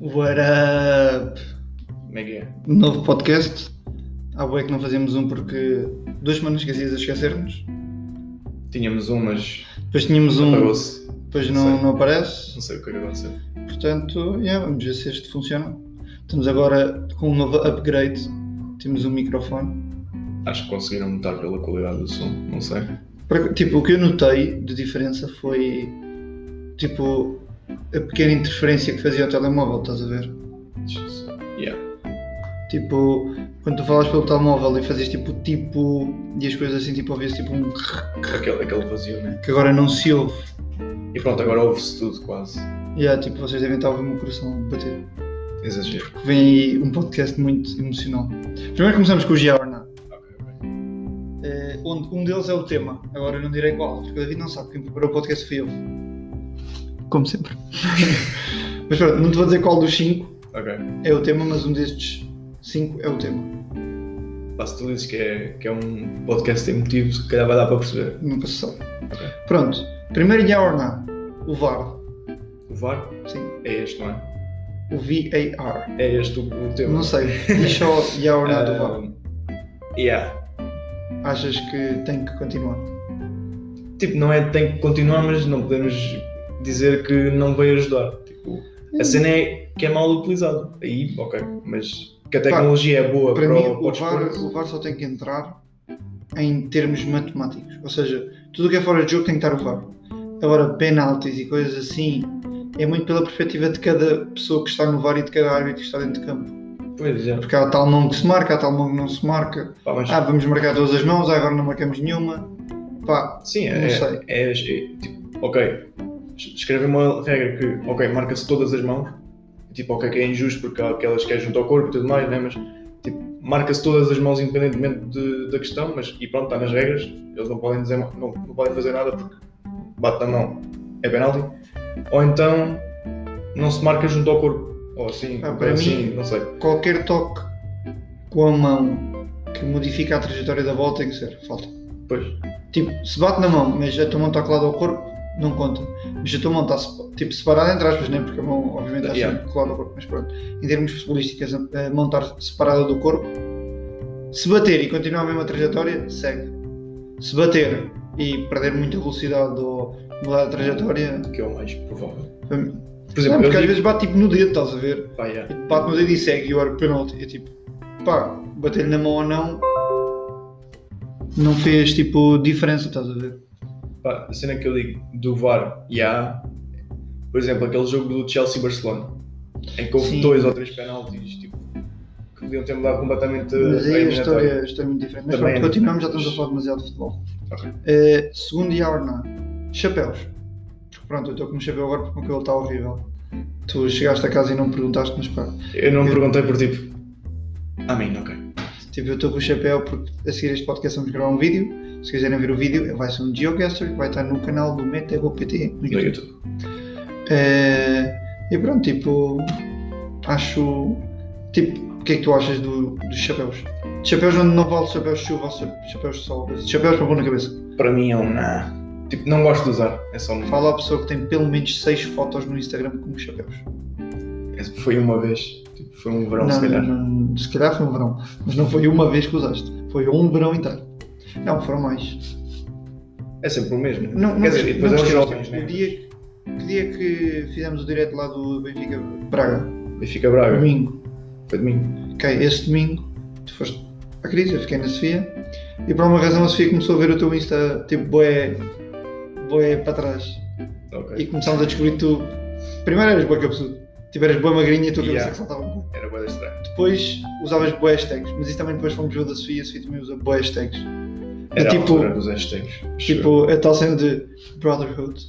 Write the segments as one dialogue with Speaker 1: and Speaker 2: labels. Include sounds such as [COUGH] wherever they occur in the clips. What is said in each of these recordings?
Speaker 1: What up?
Speaker 2: Como é que é?
Speaker 1: Novo podcast. Há boé que não fazemos um porque duas semanas esquecidas a esquecer-nos.
Speaker 2: Tínhamos um, mas
Speaker 1: Depois tínhamos um,
Speaker 2: apagou-se.
Speaker 1: depois não,
Speaker 2: Sim.
Speaker 1: não aparece.
Speaker 2: Não sei o que aconteceu.
Speaker 1: Portanto, yeah, vamos ver se este funciona. Estamos agora com um novo upgrade. Temos um microfone.
Speaker 2: Acho que conseguiram notar pela qualidade do som, não sei.
Speaker 1: Para- Tipo, o que eu notei de diferença foi tipo a pequena interferência que fazia o telemóvel, estás a ver?
Speaker 2: Yeah.
Speaker 1: Tipo, quando tu falas pelo telemóvel e fazes tipo tipo e as coisas assim, tipo, ouvias tipo um
Speaker 2: Aquele, aquele vazio, né?
Speaker 1: que agora não se ouve.
Speaker 2: E pronto, agora ouve-se tudo quase.
Speaker 1: E há, tipo, vocês devem estar a ouvir o meu coração bater.
Speaker 2: Exagero.
Speaker 1: Que vem aí um podcast muito emocional. Primeiro começamos com o Giorna,
Speaker 2: Ok, ok.
Speaker 1: eh, onde um deles é o tema. Agora eu não direi qual, porque o David não sabe. Quem preparou o podcast foi eu. Como sempre. [LAUGHS] mas pronto, não te vou dizer qual dos cinco
Speaker 2: Ok.
Speaker 1: é o tema, mas um destes cinco é o tema.
Speaker 2: Pá, se tu dizes que é, que é um podcast tem motivo, se calhar vai dar para perceber.
Speaker 1: Nunca se sabe.
Speaker 2: Ok.
Speaker 1: Pronto, primeiro Giorna, o VAR.
Speaker 2: O VAR
Speaker 1: Sim,
Speaker 2: é este, não é?
Speaker 1: o VAR.
Speaker 2: É este o, o tema.
Speaker 1: Não sei, deixa o Giorna do VAR.
Speaker 2: Ah, yeah.
Speaker 1: Achas que tem que continuar?
Speaker 2: Tipo, não é, tem que continuar, mas não podemos dizer que não veio ajudar. Tipo,
Speaker 1: Hum.
Speaker 2: A cena é que é mal utilizado. Aí, ok, mas que a tecnologia é boa para,
Speaker 1: Para mim,
Speaker 2: o,
Speaker 1: o
Speaker 2: para o
Speaker 1: VAR,
Speaker 2: desporto.
Speaker 1: o VAR só tem que entrar em termos matemáticos. Ou seja, tudo o que é fora de jogo tem que estar o VAR. Agora, penaltis e coisas assim, é muito pela perspectiva de cada pessoa que está no VAR e de cada árbitro que está dentro de campo.
Speaker 2: Pois é.
Speaker 1: Porque há tal mão que se marca, há tal mão que não se marca.
Speaker 2: Pá, mas,
Speaker 1: Ah, vamos marcar todas as mãos, ah, agora não marcamos nenhuma. Pá,
Speaker 2: sim,
Speaker 1: não
Speaker 2: é,
Speaker 1: sei.
Speaker 2: é- é- tipo, ok, es- escreve uma regra que, ok, marca-se todas as mãos. Tipo, ok, que é injusto porque há aquelas que é junto ao corpo e tudo mais, né? Mas, tipo, marca-se todas as mãos independentemente de- da questão, mas, e pronto, está nas regras. Eles não podem dizer, não, não podem fazer nada porque bate na mão, é penalti. Ou então, não se marca junto ao corpo. Ou assim,
Speaker 1: Ah, para
Speaker 2: assim,
Speaker 1: mim-
Speaker 2: não sei.
Speaker 1: qualquer toque com a mão que modifica a trajetória da bola tem que ser falta.
Speaker 2: Pois.
Speaker 1: Tipo, se bate na mão, mas a tua mão está colada ao corpo, não conta. Mas a tua mão está sepa- tipo, separada, entre aspas, né? porque a mão, obviamente, está
Speaker 2: Yeah.
Speaker 1: sempre colada ao corpo, mas pronto. Em termos futebolísticos, a a mão estar separada do corpo, se bater e continuar a mesma trajetória, segue. Se bater e perder muita velocidade ou mudar a trajetória,
Speaker 2: que é o mais provável.
Speaker 1: para mim-
Speaker 2: Por
Speaker 1: não,
Speaker 2: exemplo, eu
Speaker 1: porque às
Speaker 2: digo,
Speaker 1: vezes bate tipo no dedo, estás a ver?
Speaker 2: pá, yeah,
Speaker 1: E bate no dedo e segue, e o árbitro penalti. É tipo, pá, bater-lhe na mão ou não, não fez tipo diferença, estás a ver?
Speaker 2: pá, a cena que eu digo do VAR e há, por exemplo, aquele jogo do Chelsea e Barcelona, em que houve
Speaker 1: Sim.
Speaker 2: dois ou três penaltis, tipo, que podiam ter mudado completamente
Speaker 1: Mas
Speaker 2: a
Speaker 1: aí a
Speaker 2: eliminatória.
Speaker 1: história, a história é muito diferente. Mas
Speaker 2: Também
Speaker 1: pronto,
Speaker 2: é
Speaker 1: continuamos, já estamos
Speaker 2: diferente.
Speaker 1: a falar demasiado de futebol.
Speaker 2: Ok.
Speaker 1: Eh, segundo Yarna, chapéus. Porque pronto, eu estou com um chapéu agora porque o cabelo está horrível. Tu chegaste a casa e não me perguntaste, mas pá.
Speaker 2: Eu não
Speaker 1: Eu-
Speaker 2: perguntei por tipo, a mim, ok.
Speaker 1: Tipo, eu estou com o chapéu porque a seguir este podcast vamos gravar um vídeo. Se quiserem ver o vídeo, vai ser um geocaster que vai estar no canal do MetaGoPT no
Speaker 2: No
Speaker 1: YouTube.
Speaker 2: YouTube.
Speaker 1: Eh, e pronto, tipo, acho. Tipo, o que é que tu achas do- dos chapéus? De chapéus onde não vale chapéus de chuva ou cha- chapéus de sol, de chapéus para pôr na cabeça.
Speaker 2: Para mim é um nah. Tipo, não gosto de usar, é só um.
Speaker 1: Fala à pessoa que tem pelo menos 6 fotos no Instagram com chapéus.
Speaker 2: é, Foi uma vez, tipo, foi um verão, se calhar.
Speaker 1: não, se calhar foi um verão. Mas não foi uma vez que usaste. Foi um verão inteiro. Não, foram mais.
Speaker 2: É sempre o mesmo.
Speaker 1: Não, não,
Speaker 2: Quer dizer, e depois é
Speaker 1: não
Speaker 2: os
Speaker 1: te esqueças,
Speaker 2: jovens, né?
Speaker 1: o dia, que dia que fizemos o direto lá do Benfica Braga?
Speaker 2: Benfica Braga,
Speaker 1: Domingo.
Speaker 2: foi de mim.
Speaker 1: Ok, esse domingo tu foste à crise, eu fiquei na Sofia. E por alguma razão a Sofia começou a ver o teu Insta tipo boé, boé para trás.
Speaker 2: Ok.
Speaker 1: E começámos a descobrir que tu. Primeiro eras boa cabeçudo. Tiveras boa magrinha e a tua cabeça
Speaker 2: Yeah.
Speaker 1: que saltava um pouco.
Speaker 2: Era boa estranho.
Speaker 1: depois usavas boas hashtags, mas isso também depois fomos ver o da Sofia, a Sofia também usa boas hashtags.
Speaker 2: Era
Speaker 1: tipo-
Speaker 2: a altura dos hashtags.
Speaker 1: Tipo, a tal cena de Brotherhood,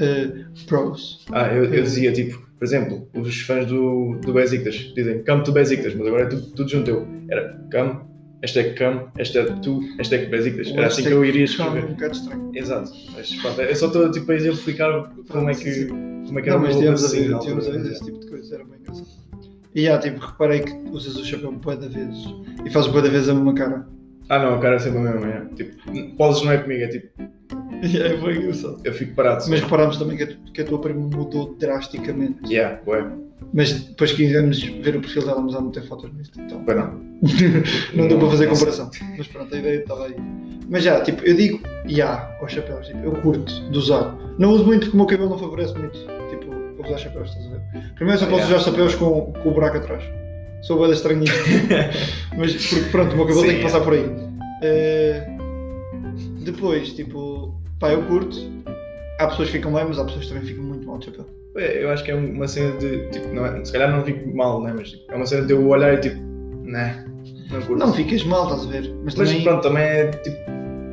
Speaker 1: eh, Bros.
Speaker 2: Ah, eu, eu dizia tipo, por exemplo, os fãs do, do Besiktas dizem come to Besiktas, mas agora é tudo, tudo junto eu. Era come, hashtag come, hashtag tu, hashtag Besiktas. Era assim que eu iria
Speaker 1: Ficava
Speaker 2: escrever.
Speaker 1: um bocado estranho.
Speaker 2: Exato. Mas pronto, eu só estou tipo, a exemplificar como é que, como é que era
Speaker 1: Não,
Speaker 2: o
Speaker 1: mas
Speaker 2: meu
Speaker 1: tínhamos a
Speaker 2: raciocínio
Speaker 1: ver,
Speaker 2: na
Speaker 1: tínhamos a ver
Speaker 2: altura. é.
Speaker 1: esse tipo de coisa, era bem engraçado. E já, tipo, reparei que usas o chapéu boa da vezes e fazes boa da vez a mesma cara. [LAUGHS]
Speaker 2: Ah não, a cara é sempre a mesma. é. Tipo, poses não é comigo, é tipo,
Speaker 1: Yeah, é bem engraçado.
Speaker 2: Eu fico parado.
Speaker 1: Mas reparámos também que a, tu- que a tua prima mudou drasticamente.
Speaker 2: Yeah, ué.
Speaker 1: Mas depois quisemos ver o perfil dela, mas há muitas fotos nisto, então.
Speaker 2: Ué, não.
Speaker 1: não deu para fazer
Speaker 2: Não sei.
Speaker 1: comparação. Mas pronto, a ideia estava aí. Mas já, tipo, eu digo já aos chapéus, tipo, eu curto de usar. Não uso muito porque o meu cabelo não favorece muito, tipo, a usar chapéus, estás a ver? Primeiro só
Speaker 2: Ah,
Speaker 1: posso
Speaker 2: yeah.
Speaker 1: usar chapéus com, com o buraco atrás. Sou bem estranho [LAUGHS] mas porque, pronto, o meu cabelo
Speaker 2: Sim,
Speaker 1: tem que
Speaker 2: é.
Speaker 1: passar por aí. Eh, depois, tipo, pá, eu curto. Há pessoas que ficam bem, mas há pessoas que também ficam muito mal de chapéu.
Speaker 2: Ué, eu acho que é uma cena de. Tipo, não é, se calhar não fico mal, né? Mas tipo, é uma cena de eu olhar e tipo. Né? Não curto.
Speaker 1: Não ficas mal, estás a ver? Mas,
Speaker 2: Mas
Speaker 1: também.
Speaker 2: pronto, também é tipo.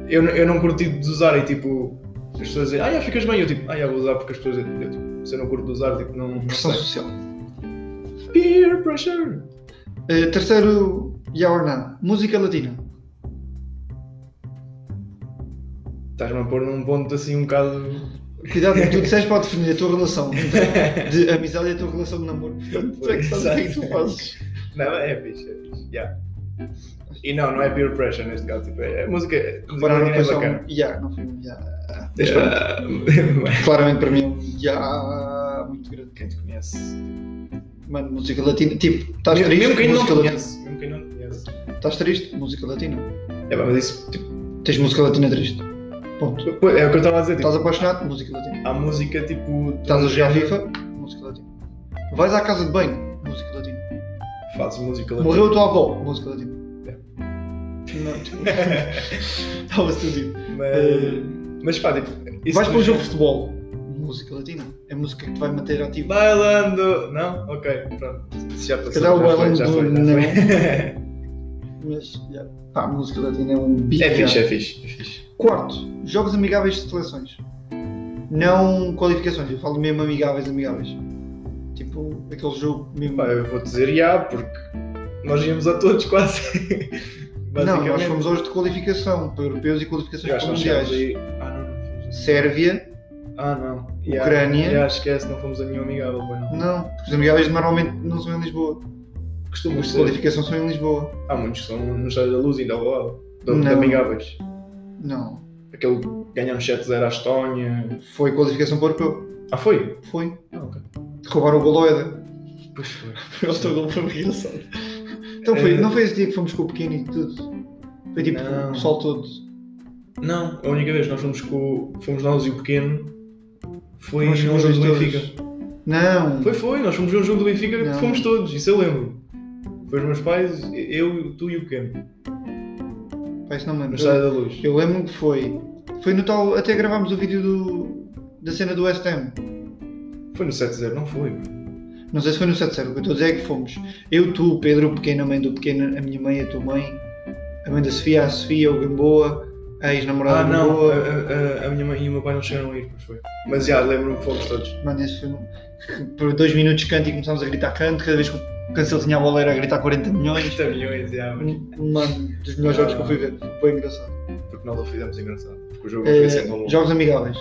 Speaker 2: Eu, não- eu não curti de usar e tipo. As pessoas dizem, ah, já ficas bem. Eu tipo, ah, já vou usar porque as pessoas. Eu, tipo, se eu não curto de usar, tipo, não. não
Speaker 1: Pressão
Speaker 2: sei.
Speaker 1: social.
Speaker 2: Peer pressure!
Speaker 1: Eh, terceiro, ya or nah, música latina.
Speaker 2: Estás-me a pôr num ponto assim um bocado. [LAUGHS]
Speaker 1: Cuidado com o que tu disseste para definir a tua relação então, de amizade e a tua relação de
Speaker 2: [LAUGHS]
Speaker 1: namoro. Portanto, tu é que sabes o que é que tu fazes.
Speaker 2: Não, é fixe, é fixe. Yeah. E não, não é peer pressure neste caso. Tipo, é, é música.
Speaker 1: Repararam que
Speaker 2: música
Speaker 1: foi só
Speaker 2: bacana.
Speaker 1: um ya, não foi um ya. Mas
Speaker 2: [LAUGHS]
Speaker 1: pronto,
Speaker 2: Ah,
Speaker 1: Claramente para mim é um ya muito grande.
Speaker 2: Quem te conhece?
Speaker 1: Mano, música latina, tipo, estás
Speaker 2: Mesmo-
Speaker 1: triste,
Speaker 2: mesmo quem não
Speaker 1: música
Speaker 2: te
Speaker 1: latina.
Speaker 2: conhece. Mesmo quem não te conhece.
Speaker 1: Estás triste, música latina.
Speaker 2: É, pá, mas isso, tipo,
Speaker 1: Tens música latina triste. Ponto.
Speaker 2: pois, é o que eu estava a dizer. Tipo,
Speaker 1: Estás apaixonado, música latina.
Speaker 2: há música tipo.
Speaker 1: Estás a jogar FIFA, música latina. Vais à casa de banho, música latina.
Speaker 2: Fazes música latina. É.
Speaker 1: Morreu a tua avó, música latina. Não, tipo,
Speaker 2: [LAUGHS]
Speaker 1: estava tudo [LAUGHS]
Speaker 2: Mas, mas pá, tipo. isso
Speaker 1: Eh, É. Vais
Speaker 2: do
Speaker 1: para um jogo
Speaker 2: género-
Speaker 1: de futebol, música latina. É música que te vai manter ativo.
Speaker 2: é- Bailando! Não? Ok, pronto. Isso já passou.
Speaker 1: calhar o
Speaker 2: já foi,
Speaker 1: bailando
Speaker 2: já foi, já
Speaker 1: não. é
Speaker 2: foi.
Speaker 1: Mas, yeah. pá, música latina é um bicho.
Speaker 2: [LAUGHS] É fixe, é fixe, é fixe.
Speaker 1: Quarto, jogos amigáveis de seleções. Não qualificações, eu falo mesmo amigáveis, amigáveis. Tipo, aquele jogo mesmo.
Speaker 2: Pá, eu vou dizer já, porque nós íamos a todos quase.
Speaker 1: não,
Speaker 2: [LAUGHS] Basicamente.
Speaker 1: nós fomos um aos de qualificação para europeus e qualificações
Speaker 2: Eu acho
Speaker 1: para
Speaker 2: que nós chegámos
Speaker 1: mundiais.
Speaker 2: aí. Ah, não, não fomos a-
Speaker 1: Sérvia,
Speaker 2: Ah, não.
Speaker 1: Ucrânia.
Speaker 2: Já esquece, não fomos a nenhum amigável, pois não.
Speaker 1: não. Os amigáveis normalmente não são em Lisboa.
Speaker 2: Costumam
Speaker 1: Os de
Speaker 2: ser.
Speaker 1: qualificação são em Lisboa.
Speaker 2: Há muitos que são no estádio da luz, ainda lá. De, de
Speaker 1: Não.
Speaker 2: amigáveis.
Speaker 1: Não.
Speaker 2: Aquele que ganhamos 7-0 à Estónia.
Speaker 1: Foi qualificação para europeu.
Speaker 2: Ah, foi?
Speaker 1: Foi.
Speaker 2: Ah, ok.
Speaker 1: Roubaram o gol ao Éder.
Speaker 2: Pois foi.
Speaker 1: Foi autogol para mim, sabe? Então foi,
Speaker 2: um Eh,
Speaker 1: não foi esse dia que fomos com o pequeno e tudo? Foi tipo
Speaker 2: Não.
Speaker 1: o pessoal todo.
Speaker 2: Não, a única vez que nós fomos com. o- Fomos nós e o pequeno. Foi num
Speaker 1: Nós
Speaker 2: jogo
Speaker 1: fomos
Speaker 2: do
Speaker 1: todos.
Speaker 2: Benfica.
Speaker 1: Não!
Speaker 2: Foi, foi, nós fomos ver um jogo do Benfica que
Speaker 1: Não.
Speaker 2: fomos todos, isso eu lembro. Foi os meus pais, eu, tu e o Ken,
Speaker 1: Pá, isso não me
Speaker 2: no
Speaker 1: lembro.
Speaker 2: Estádio da Luz.
Speaker 1: Eu lembro que foi. Foi no tal. Até gravámos o vídeo do, da cena do West Ham.
Speaker 2: Foi no 7-0, não foi? bro.
Speaker 1: Não sei se foi no 7-0, o que eu estou a dizer é que fomos. Eu, tu, o Pedro, o pequeno, a mãe do pequeno, a minha mãe, a tua mãe, a mãe da Sofia, a Sofia, o Gamboa, a ex-namorada
Speaker 2: Ah,
Speaker 1: do
Speaker 2: não,
Speaker 1: Gamboa.
Speaker 2: a, a- a- a minha mãe e o meu pai não chegaram a ir, pois foi. Mas já, lembro-me que fomos todos.
Speaker 1: Mano, esse foi. um- que Por dois minutos canto e começámos a gritar canto, cada vez que o Cancelo tinha a bola era a gritar 40 milhões.
Speaker 2: 30 milhões, já, mas.
Speaker 1: Mano, dos melhores jogos que eu fui ver. Foi bem engraçado.
Speaker 2: Porque nós o fizemos engraçado. Porque o jogo
Speaker 1: Eh,
Speaker 2: foi sempre um tão longo.
Speaker 1: jogos amigáveis.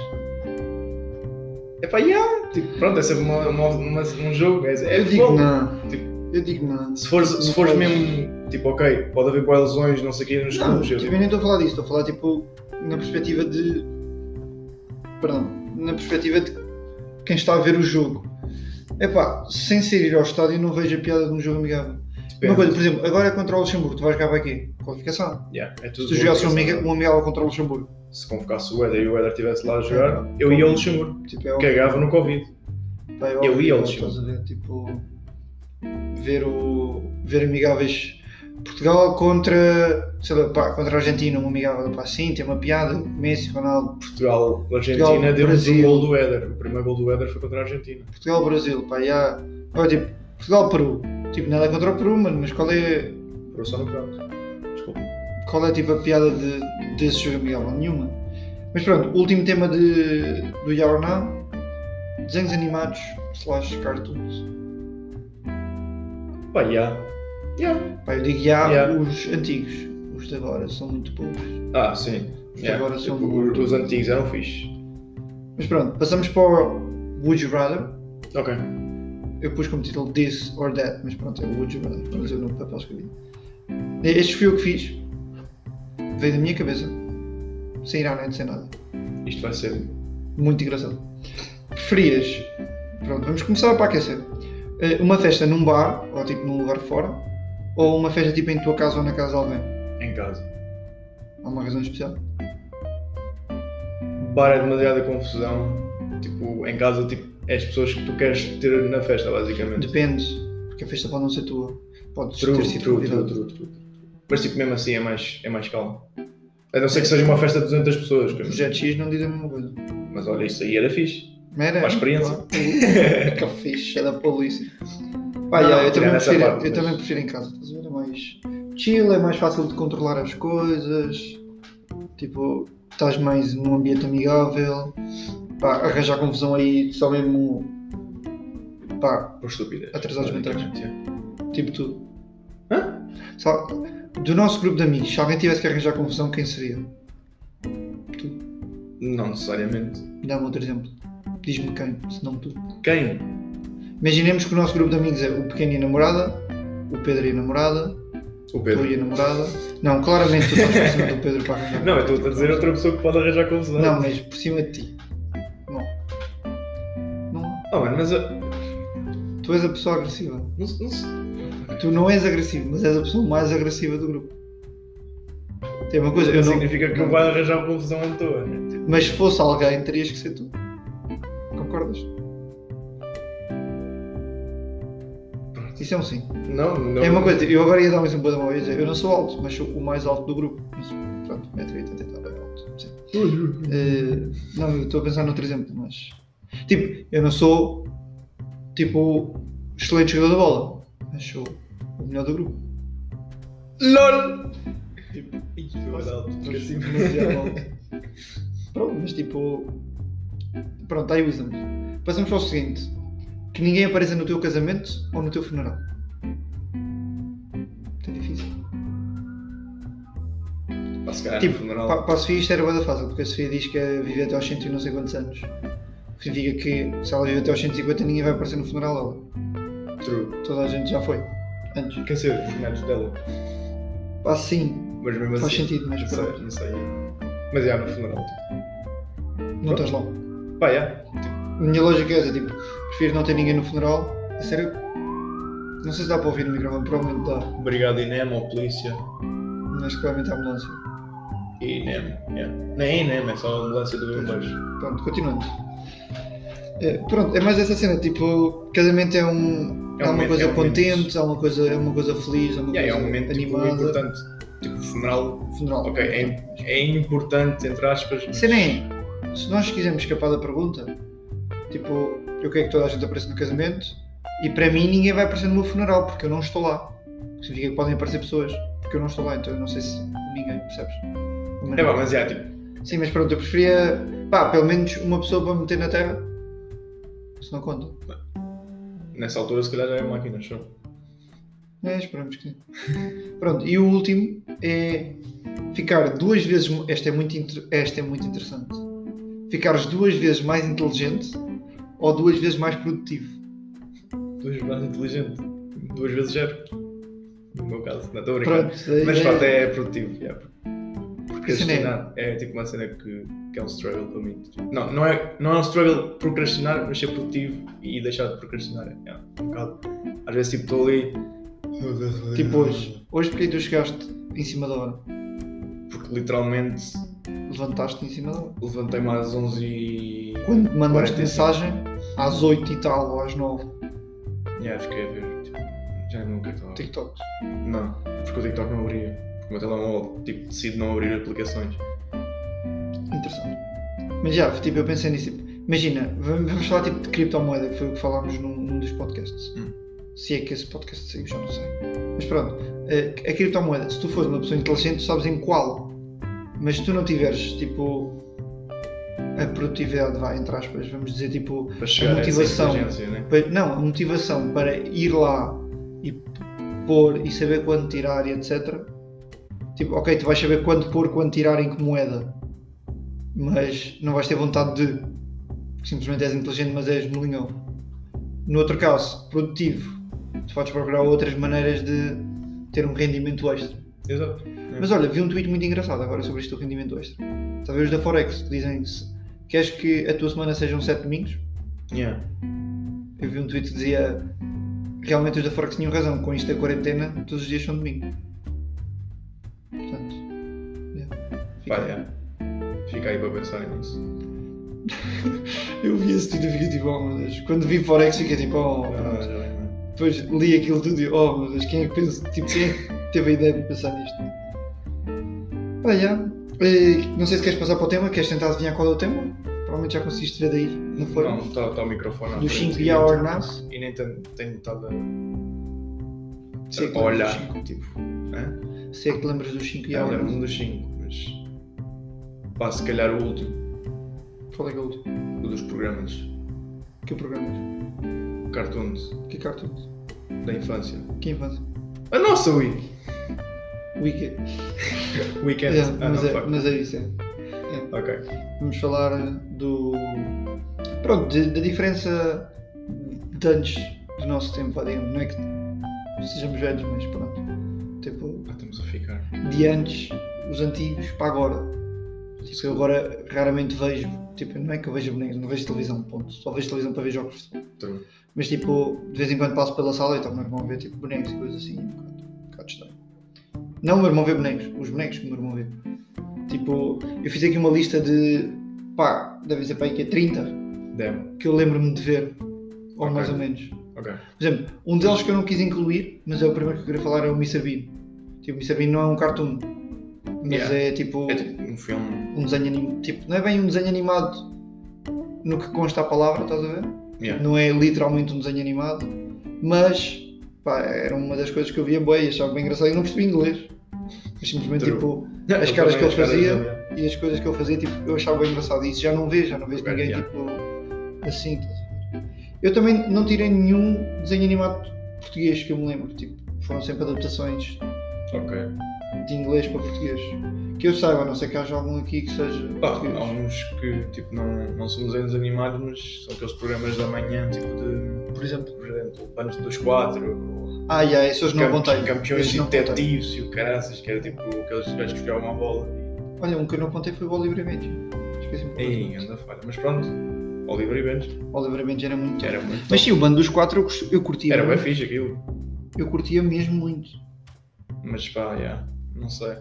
Speaker 2: É pá, já, tipo, pronto, é sempre uma- uma- uma- um jogo. É, é
Speaker 1: eu digo
Speaker 2: futebol.
Speaker 1: não.
Speaker 2: Tipo-
Speaker 1: eu digo não.
Speaker 2: Se fores, se
Speaker 1: Não
Speaker 2: fores
Speaker 1: faz.
Speaker 2: mesmo, tipo, ok, pode haver boas lesões, não sei o é quê, nos
Speaker 1: Não,
Speaker 2: clubes. eu
Speaker 1: tipo,
Speaker 2: digo,
Speaker 1: eu nem estou a falar disso. Estou a falar, tipo, na perspectiva de... Perdão. Na perspectiva de quem está a ver o jogo. Epá, sem ser ir ao estádio, eu não vejo a piada de um jogo amigável. Uma
Speaker 2: depende.
Speaker 1: coisa, por exemplo, agora é contra o Luxemburgo. Tu vais cá para aqui. Qualificação.
Speaker 2: Já, é
Speaker 1: Se
Speaker 2: tudo
Speaker 1: tu
Speaker 2: bom,
Speaker 1: jogasses um
Speaker 2: engraçado.
Speaker 1: amiga- um amigável contra o Luxemburgo.
Speaker 2: Se convocasse o Éder e o Éder estivesse lá a jogar, eu ia ao Luxemburgo.
Speaker 1: Tipo, é
Speaker 2: cagava no Covid.
Speaker 1: Pá,
Speaker 2: Eu
Speaker 1: acho
Speaker 2: ia
Speaker 1: que
Speaker 2: ao
Speaker 1: não Estás a ver, tipo, ver, o, ver amigáveis Portugal contra, sei lá, pá, contra a Argentina, um amigável, pá, sim, tem uma piada, Messi, Ronaldo,
Speaker 2: Portugal, Argentina,
Speaker 1: Portugal,
Speaker 2: deu-nos um
Speaker 1: Brasil.
Speaker 2: gol do Éder. O primeiro gol do Éder foi contra a Argentina.
Speaker 1: Portugal, Brasil, pá, já, pá, tipo, Portugal, Peru, tipo, nada contra o Peru, mano, mas qual é,
Speaker 2: Parou só no prazo. Desculpa.
Speaker 1: qual é, tipo, a piada de, desse jogo amigável? Nenhuma. Mas pronto, último tema de, do Yaorná, desenhos animados, slash cartoons,
Speaker 2: Pá, já. Já.
Speaker 1: pá, eu digo já,
Speaker 2: Yeah.
Speaker 1: os antigos, os de agora são muito poucos.
Speaker 2: Ah, sim.
Speaker 1: Os de
Speaker 2: Já.
Speaker 1: agora são
Speaker 2: Tipo,
Speaker 1: muito-
Speaker 2: Os antigos eram fixe.
Speaker 1: Mas pronto, passamos para o Would You Rather.
Speaker 2: Ok.
Speaker 1: Eu pus como título This or That, mas pronto, é o Would You Rather, mas eu no papel escrevi. Este foi o que fiz. Veio da minha cabeça. Sem ir à net, sem nada.
Speaker 2: Isto vai ser.
Speaker 1: Muito engraçado. Preferias. Pronto, vamos começar para aquecer. Eh, Uma festa num bar, ou tipo num lugar fora, ou uma festa tipo em tua casa ou na casa de alguém?
Speaker 2: Em casa.
Speaker 1: Há uma razão especial?
Speaker 2: Bar é demasiada confusão. Tipo, em casa, tipo, é as pessoas que tu queres ter na festa, basicamente.
Speaker 1: Depende, porque a festa pode não ser tua. Pode
Speaker 2: True,
Speaker 1: ter sido
Speaker 2: true,
Speaker 1: convidado.
Speaker 2: true, true, true. Mas, tipo, mesmo assim é mais, é mais calmo. A não ser que seja uma festa de 200 pessoas. que-
Speaker 1: O Projeto X não diz a mesma coisa.
Speaker 2: Mas olha, isso aí era fixe.
Speaker 1: Mas era.
Speaker 2: Uma experiência.
Speaker 1: É, claro. que fixe, é da polícia. Pá,
Speaker 2: Não,
Speaker 1: já, eu,
Speaker 2: tirando
Speaker 1: também
Speaker 2: essa
Speaker 1: prefiro,
Speaker 2: parte,
Speaker 1: eu
Speaker 2: mas-
Speaker 1: também prefiro em casa, estás a ver? É mais chill, é mais fácil de controlar as coisas. Tipo, estás mais num ambiente amigável. Pá, arranjar confusão aí só mesmo. Pá,
Speaker 2: Por estúpida.
Speaker 1: Atrasados mentais.
Speaker 2: Basicamente,
Speaker 1: tipo tu.
Speaker 2: é. Hã?
Speaker 1: Só- do nosso grupo de amigos, se alguém tivesse que arranjar confusão, quem seria?
Speaker 2: Não necessariamente.
Speaker 1: Dá-me outro exemplo. Diz-me quem, se não tu.
Speaker 2: Quem?
Speaker 1: Imaginemos que o nosso grupo de amigos é o pequeno e a namorada, o Pedro e a namorada,
Speaker 2: O
Speaker 1: tu
Speaker 2: Pedro.
Speaker 1: e a namorada. Não, claramente tu estás por cima do Pedro para arranjar.
Speaker 2: Não, eu estou a dizer outra pessoa que pode arranjar confusão.
Speaker 1: Não, mas por cima de ti. Não. Não.
Speaker 2: Ah, mano, mas. ah,
Speaker 1: Tu és a pessoa agressiva.
Speaker 2: Não, se- não se-
Speaker 1: Tu não és agressivo, mas és a pessoa mais agressiva do grupo. Tem uma coisa, eu
Speaker 2: não
Speaker 1: não.
Speaker 2: significa que
Speaker 1: não.
Speaker 2: eu vá arranjar confusão à toa, né? Tipo,
Speaker 1: Mas se fosse alguém, terias que ser tu. Concordas? Isso é um sim.
Speaker 2: Não, não.
Speaker 1: É uma coisa, eu agora ia dar um exemplo da uma vez, eu não sou alto, mas sou o mais alto do grupo. Mas, pronto, 1,80m e tal, é alto. sim. Eh, não, eu estou a pensar noutro exemplo, mas. Tipo, eu não sou. Tipo, excelente jogador da bola, mas sou o melhor do grupo.
Speaker 2: LOL!
Speaker 1: Tipo,
Speaker 2: Isto foi mais alto, porque assim-
Speaker 1: demasiado
Speaker 2: [LAUGHS]
Speaker 1: alto. Pronto, mas tipo. Pronto, está aí o exemplo. Passamos para o seguinte: que ninguém apareça no teu casamento ou no teu funeral. Isto É difícil.
Speaker 2: Pá, se calhar,
Speaker 1: Tipo,
Speaker 2: É, no funeral.
Speaker 1: Para, para a Sofia isto era bada fácil, porque a Sofia diz que vive até aos 100 e não sei quantos anos. O que significa que se ela vive até aos 150 ninguém vai aparecer no funeral dela.
Speaker 2: True.
Speaker 1: Toda a gente já foi. Antes.
Speaker 2: Quer ser os netos dela.
Speaker 1: Pá, Ah, sim,
Speaker 2: Mas mesmo
Speaker 1: faz
Speaker 2: assim.
Speaker 1: sentido, mas
Speaker 2: Não sei,
Speaker 1: pronto,
Speaker 2: não sei. Mas já no funeral. tipo,
Speaker 1: não estás lá.
Speaker 2: Pá, já.
Speaker 1: A minha lógica é essa, tipo, prefiro não ter ninguém no funeral. A sério? Não sei se dá para ouvir no microfone, provavelmente dá.
Speaker 2: Obrigado, Inemo, polícia.
Speaker 1: Mas claramente há ambulância.
Speaker 2: E Inemo, yeah. Não é Inemo, é só a ambulância do bombeiro.
Speaker 1: Pronto, continuando. É, pronto, é mais essa cena, tipo, casamento é um.
Speaker 2: É
Speaker 1: há
Speaker 2: um
Speaker 1: uma
Speaker 2: momento-
Speaker 1: coisa
Speaker 2: é um momento.
Speaker 1: contente, há uma coisa, é uma coisa feliz, há uma
Speaker 2: Yeah, é um
Speaker 1: coisa
Speaker 2: momento tipo,
Speaker 1: animada.
Speaker 2: importante. Tipo, funeral.
Speaker 1: funeral.
Speaker 2: Ok, É importante, entre aspas. mas-
Speaker 1: Se é nem, se nós quisermos escapar da pergunta, tipo, eu quero que toda a gente apareça no casamento e para mim ninguém vai aparecer no meu funeral porque eu não estou lá. Significa que podem aparecer pessoas porque eu não estou lá, então eu não sei se ninguém, percebes?
Speaker 2: É pá, mas é, tipo,
Speaker 1: Sim, mas pronto, eu preferia, pá, pelo menos uma pessoa para meter na terra. Se não conta.
Speaker 2: nessa altura se calhar já é máquina, show.
Speaker 1: É, esperamos que sim. Pronto, e o último é ficar duas vezes. mo- Esta é muito, inter- esta é muito interessante. Ficares duas vezes mais inteligente ou duas vezes mais produtivo.
Speaker 2: Duas vezes mais inteligente. Duas vezes zero. No meu caso, não estou a brincar.
Speaker 1: Pronto, aí
Speaker 2: Mas
Speaker 1: é-
Speaker 2: pronto, é produtivo. yeah. Porque
Speaker 1: Essa nem é.
Speaker 2: procrastinar é tipo uma cena que, que é um struggle para mim. Não, não é, não é um struggle procrastinar, mas ser produtivo e deixar de procrastinar. É um bocado. Às vezes tipo estou ali.
Speaker 1: Tipo hoje. Hoje porque tu chegaste em cima da hora.
Speaker 2: Porque literalmente
Speaker 1: Levantaste em cima da hora.
Speaker 2: levantei-me às 11 e.
Speaker 1: Quando te mandaste
Speaker 2: Quarenta e
Speaker 1: mensagem, às 8 e tal ou às 9,
Speaker 2: Yeah, fiquei a ver. Tipo, já nunca estava.
Speaker 1: TikTok.
Speaker 2: Não, porque o TikTok não abria. Porque o meu telemóvel tipo, decide não abrir aplicações.
Speaker 1: Interessante. Mas já, tipo, eu pensei nisso. tipo, Imagina, vamos vamos falar tipo de criptomoeda, que foi o que falámos num, num dos podcasts.
Speaker 2: Hum.
Speaker 1: Se é que esse podcast saiu, já não sei. Mas pronto, eh, a, a criptomoeda, se tu fores uma pessoa inteligente, tu sabes em qual. Mas se tu não tiveres, tipo, a produtividade, vá, entre aspas, vamos dizer, tipo,
Speaker 2: Para chegar a, essa
Speaker 1: motivação.
Speaker 2: inteligência, né?
Speaker 1: pa- não, a motivação para ir lá e p- pôr e saber quando tirar e etc. Tipo, ok, tu vais saber quando pôr, quando tirar em que moeda, mas não vais ter vontade de. Porque Simplesmente és inteligente, mas és molingão. No outro caso, produtivo, tu podes procurar outras maneiras de ter um rendimento extra.
Speaker 2: Exato.
Speaker 1: Mas olha, vi um tweet muito engraçado agora sobre isto do rendimento extra. Talvez os da Forex, que dizem se Queres que a tua semana sejam 7 domingos?
Speaker 2: Yeah.
Speaker 1: Eu vi um tweet que dizia realmente os da Forex tinham razão, com isto da quarentena, todos os dias são domingo. Portanto, yeah. Fica
Speaker 2: Pá,
Speaker 1: aí.
Speaker 2: yeah. Fica aí para pensar nisso.
Speaker 1: eu vi esse tweet e fiquei tipo, oh meu Deus. Quando vi Forex fiquei tipo, oh meu
Speaker 2: Ah,
Speaker 1: Deus.
Speaker 2: já bem, não é?
Speaker 1: Depois li aquilo tudo e oh meu Deus, quem é que pensa, tipo, quem é que teve a ideia de pensar nisto? Pá, yeah. Eh, Não sei se queres passar para o tema, queres tentar adivinhar qual é o tema? Provavelmente já conseguiste ver daí, não foi?
Speaker 2: Não, está tá o microfone à
Speaker 1: Dos
Speaker 2: frente
Speaker 1: 5
Speaker 2: e
Speaker 1: e a
Speaker 2: nem-
Speaker 1: Ornas.
Speaker 2: E nem ten- tenho estado a
Speaker 1: Se é que
Speaker 2: a
Speaker 1: lembras
Speaker 2: olhar.
Speaker 1: dos cinco.
Speaker 2: Tipo, hã?
Speaker 1: Se é que te lembras dos 5 e a
Speaker 2: Eu lembro-me
Speaker 1: Ornas.
Speaker 2: um dos 5, mas. Pá, se calhar o último,
Speaker 1: Qual é que é o último?
Speaker 2: o dos programas.
Speaker 1: Que é programa?
Speaker 2: Cartoons
Speaker 1: Que cartoon?
Speaker 2: da infância.
Speaker 1: Que infância?
Speaker 2: A nossa Wii!
Speaker 1: Wicked.
Speaker 2: Weekend.
Speaker 1: Yeah,
Speaker 2: ah, não,
Speaker 1: mas, é,
Speaker 2: fuck.
Speaker 1: mas é isso. É.
Speaker 2: Ok.
Speaker 1: Vamos falar eh, do. Pronto, de- da diferença de antes do nosso tempo, vá, digamos. Não é que sejamos velhos, mas pronto. Tipo,
Speaker 2: Pá, Ah, estamos a ficar.
Speaker 1: de antes, os antigos, para agora. Tipo, eu agora raramente vejo. Tipo, não é que eu vejo bonecos, não vejo televisão, ponto. Só vejo televisão para ver jogos de futebol.
Speaker 2: Então,
Speaker 1: Mas tipo, de vez em quando passo pela sala e então o meu irmão vê tipo bonecos e coisas assim, um bocado, um bocado estranho. Não o meu irmão vê bonecos, os bonecos que o meu irmão vê. Tipo, eu fiz aqui uma lista de pá, deve ser para aí que é 30
Speaker 2: Demo.
Speaker 1: que eu lembro-me de ver, ou
Speaker 2: Ok.
Speaker 1: mais ou menos.
Speaker 2: Ok.
Speaker 1: Por exemplo, um deles que eu não quis incluir, mas é o primeiro que eu queria falar é o Mr. Bean. Tipo, o Mr. Bean não é um cartoon, mas
Speaker 2: Yeah.
Speaker 1: é tipo
Speaker 2: É tipo um filme.
Speaker 1: um desenho animado. Tipo, não é bem um desenho animado no que consta a palavra, estás a ver?
Speaker 2: Yeah.
Speaker 1: não é literalmente um desenho animado, mas pá, era uma das coisas que eu via bem e achava bem engraçado e não percebi inglês. Mas simplesmente
Speaker 2: True.
Speaker 1: tipo, as caras
Speaker 2: também,
Speaker 1: que ele
Speaker 2: as caras
Speaker 1: fazia.
Speaker 2: dele, yeah.
Speaker 1: e as coisas que ele fazia, tipo, eu achava bem engraçado. E isso já não vejo, já não vejo
Speaker 2: Ok,
Speaker 1: ninguém
Speaker 2: yeah.
Speaker 1: tipo assim. estás a ver? Eu também não tirei nenhum desenho animado português que eu me lembro, tipo, foram sempre adaptações
Speaker 2: Ok.
Speaker 1: de inglês para português. Que eu saiba, a não sei que haja algum aqui que seja
Speaker 2: Pá,
Speaker 1: português.
Speaker 2: há uns que tipo, não, não são desenhos animados, mas são aqueles programas da manhã, tipo de,
Speaker 1: Por exemplo,
Speaker 2: por exemplo, Panos dos Quatro, ou
Speaker 1: ah, yeah, esses não
Speaker 2: Campe-
Speaker 1: contei.
Speaker 2: Campeões
Speaker 1: Esses não contei.
Speaker 2: Detetives e o caraças, que era tipo aqueles gajos que jogavam a bola.
Speaker 1: Olha, um que eu não contei foi o Oliver Benji. Esqueci-me.
Speaker 2: Ei,
Speaker 1: completamente.
Speaker 2: anda falha. Mas pronto, Oliver e Benz,
Speaker 1: O Oliver Benji era muito.
Speaker 2: era muito.
Speaker 1: Mas
Speaker 2: top.
Speaker 1: sim, o bando dos quatro eu, cust- eu curtia.
Speaker 2: era bem
Speaker 1: muito.
Speaker 2: fixe aquilo,
Speaker 1: Eu curtia mesmo muito.
Speaker 2: mas pá, yeah, não sei.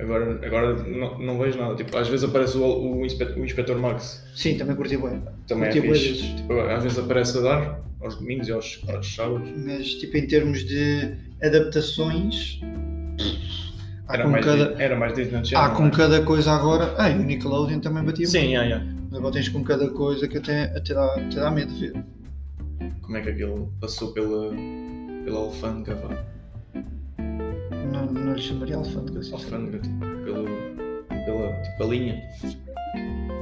Speaker 2: Agora, agora não, não vejo nada. Tipo, às vezes aparece o, o, Inspe- o Inspetor Max,
Speaker 1: Sim, também curtia bem.
Speaker 2: também
Speaker 1: curtia
Speaker 2: é
Speaker 1: bué
Speaker 2: fixe.
Speaker 1: desses.
Speaker 2: Tipo, às vezes aparece a dar, aos domingos e aos, aos sábados.
Speaker 1: Mas tipo em termos de adaptações. Há Ah,
Speaker 2: Era
Speaker 1: com,
Speaker 2: mais,
Speaker 1: cada,
Speaker 2: era mais Disney Channel.
Speaker 1: há com
Speaker 2: não é?
Speaker 1: cada coisa agora. Ah, e o Nickelodeon também batia.
Speaker 2: Sim, yeah, yeah.
Speaker 1: muito. Agora tens com cada coisa que até, até, dá, até dá medo de ver.
Speaker 2: Como é que aquilo passou pela, pela alfândega, vá?
Speaker 1: Não, não lhe chamaria alfândega. assim.
Speaker 2: [LAUGHS] Alfândega, tipo, pelo, pela tipo, a linha. [LAUGHS]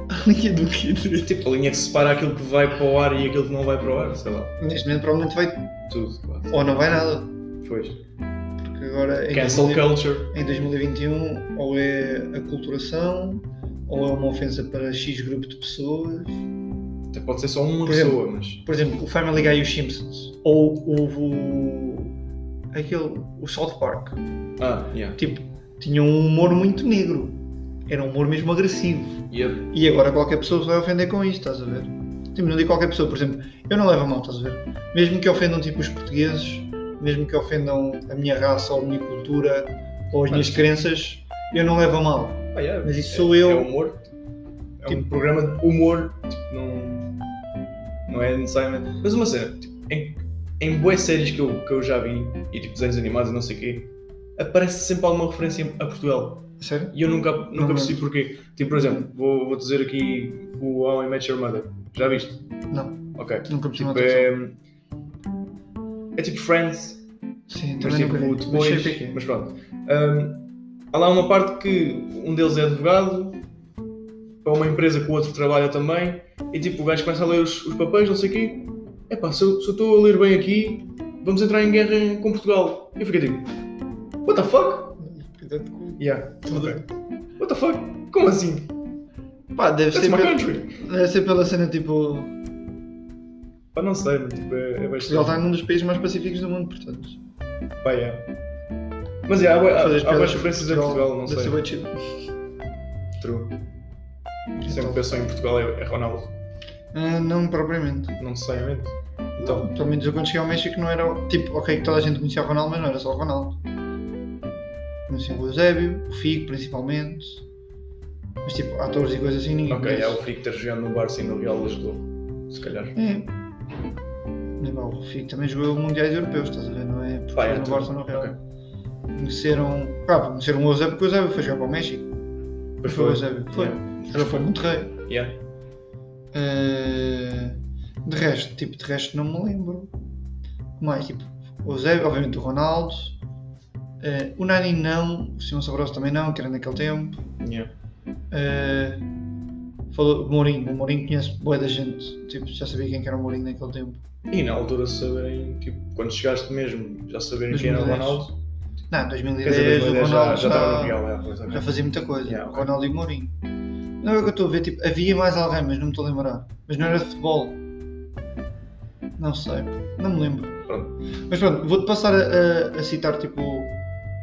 Speaker 1: A linha do quê?
Speaker 2: Tipo, a linha que separa aquilo que vai para o ar e aquilo que não vai para o ar, sei lá.
Speaker 1: Neste momento provavelmente vai.
Speaker 2: Tudo, quase.
Speaker 1: Ou não vai nada.
Speaker 2: Pois.
Speaker 1: Porque agora. em
Speaker 2: Cancel
Speaker 1: 2000
Speaker 2: culture.
Speaker 1: em 2021 ou é a culturação ou é uma ofensa para X grupo de pessoas.
Speaker 2: Até pode ser só uma
Speaker 1: Por
Speaker 2: pessoa, mas.
Speaker 1: Por exemplo, o Family Guy e os Simpsons. Ou houve o. aquele. o South Park.
Speaker 2: Ah, yeah.
Speaker 1: Tipo, tinham um humor muito negro. Era um humor mesmo agressivo.
Speaker 2: Yep.
Speaker 1: E agora qualquer pessoa se vai ofender com isto, estás a ver? Tipo, não digo qualquer pessoa, por exemplo, eu não levo a mal, estás a ver? Mesmo que ofendam tipo os portugueses, mesmo que ofendam a minha raça ou a minha cultura ou as minhas
Speaker 2: Mas-
Speaker 1: crenças, eu não levo a mal.
Speaker 2: Ah, yeah.
Speaker 1: Mas isso
Speaker 2: É-
Speaker 1: sou eu.
Speaker 2: É humor. É um
Speaker 1: Tipo-
Speaker 2: programa de humor. Tipo, não. Não é necessariamente. Mas uma cena, tipo, em, em boas séries que eu, que eu já vi, e tipo desenhos animados e não sei o quê, aparece sempre alguma referência a Portugal.
Speaker 1: Sério?
Speaker 2: E eu nunca,
Speaker 1: Não
Speaker 2: nunca percebi porquê. Tipo, por exemplo, vou, vou dizer aqui o How I Met Your Mother. Já viste?
Speaker 1: Não,
Speaker 2: Ok.
Speaker 1: nunca percebi uma
Speaker 2: Tipo,
Speaker 1: atenção.
Speaker 2: é, é tipo Friends,
Speaker 1: Sim,
Speaker 2: mas
Speaker 1: também
Speaker 2: tipo,
Speaker 1: nunca vi. Mas sei o que é
Speaker 2: depois.
Speaker 1: que é.
Speaker 2: Mas pronto. Hum, há lá uma parte que um deles é advogado, para uma empresa que o outro trabalha também, e tipo, o gajo começa a ler os, os papéis, não sei o quê. Epá, se eu se eu estou a ler bem aqui, vamos entrar em guerra com Portugal. E eu fiquei tipo, what the fuck?
Speaker 1: Cuidado com-
Speaker 2: Yeah, What the fuck? Como assim?
Speaker 1: Pá, deve
Speaker 2: That's
Speaker 1: ser,
Speaker 2: my
Speaker 1: pela,
Speaker 2: country!
Speaker 1: deve ser pela cena tipo.
Speaker 2: Pá, não sei, mas tipo, é, é bastante.
Speaker 1: Portugal está num dos países mais pacíficos do mundo, portanto.
Speaker 2: Pá, yeah. Mas é, há, bué- há,
Speaker 1: fazer as piadas
Speaker 2: há, há boas
Speaker 1: por
Speaker 2: referências em Portugal, não
Speaker 1: deve
Speaker 2: sei.
Speaker 1: ser bué chill.
Speaker 2: True.
Speaker 1: Então.
Speaker 2: Sempre pensou em Portugal é, é Ronaldo.
Speaker 1: Ah, não propriamente.
Speaker 2: Não necessariamente. Então,
Speaker 1: Pelo menos eu quando cheguei ao México não era. o- Tipo, ok, que toda a gente conhecia o Ronaldo, mas não era só o Ronaldo. Conhecia o Eusébio, o Figo principalmente. Mas tipo, atores e coisas assim ninguém
Speaker 2: ok, é o
Speaker 1: conhece.
Speaker 2: Fico ter jogado no Barça e no Real ajudou. Se calhar.
Speaker 1: É. Mas, pá, O Figo também jogou mundiais europeus, estás a ver? Não é? Porque
Speaker 2: Pá, é
Speaker 1: no
Speaker 2: tudo.
Speaker 1: Barça não Real.
Speaker 2: Ok.
Speaker 1: Conheceram. ah, Pá, conheceram o Eusébio porque o Eusébio foi jogar para o México.
Speaker 2: Pois
Speaker 1: Foi o Eusébio. Foi.
Speaker 2: Yeah.
Speaker 1: Jogou para o Monterrey.
Speaker 2: Yeah.
Speaker 1: Eh, de resto, tipo, de resto não me lembro. Mais, tipo, o Zé, obviamente o Ronaldo. Eh, o Nani não, o Simão Sabroso também não, que era naquele tempo.
Speaker 2: Yeah.
Speaker 1: Eh, falou, o Mourinho, o Mourinho conhece boa da gente. Tipo, já sabia quem que era o Mourinho naquele tempo.
Speaker 2: E na altura saberem, tipo, quando chegaste mesmo, já saberem quem era o
Speaker 1: 2010.
Speaker 2: Ronaldo.
Speaker 1: Não, em
Speaker 2: Quer
Speaker 1: 2010 o
Speaker 2: dizer, 2010 já
Speaker 1: Ronaldo
Speaker 2: já
Speaker 1: já,
Speaker 2: estava no Real, é, pois, ok.
Speaker 1: já fazia muita coisa.
Speaker 2: Yeah, ok.
Speaker 1: Ronaldo e Mourinho. Não é o que eu estou a ver, tipo, havia mais alguém, mas não me estou a lembrar. Mas não era de futebol. Não sei, não me lembro.
Speaker 2: Pronto.
Speaker 1: Mas pronto, vou-te passar a, a- a citar tipo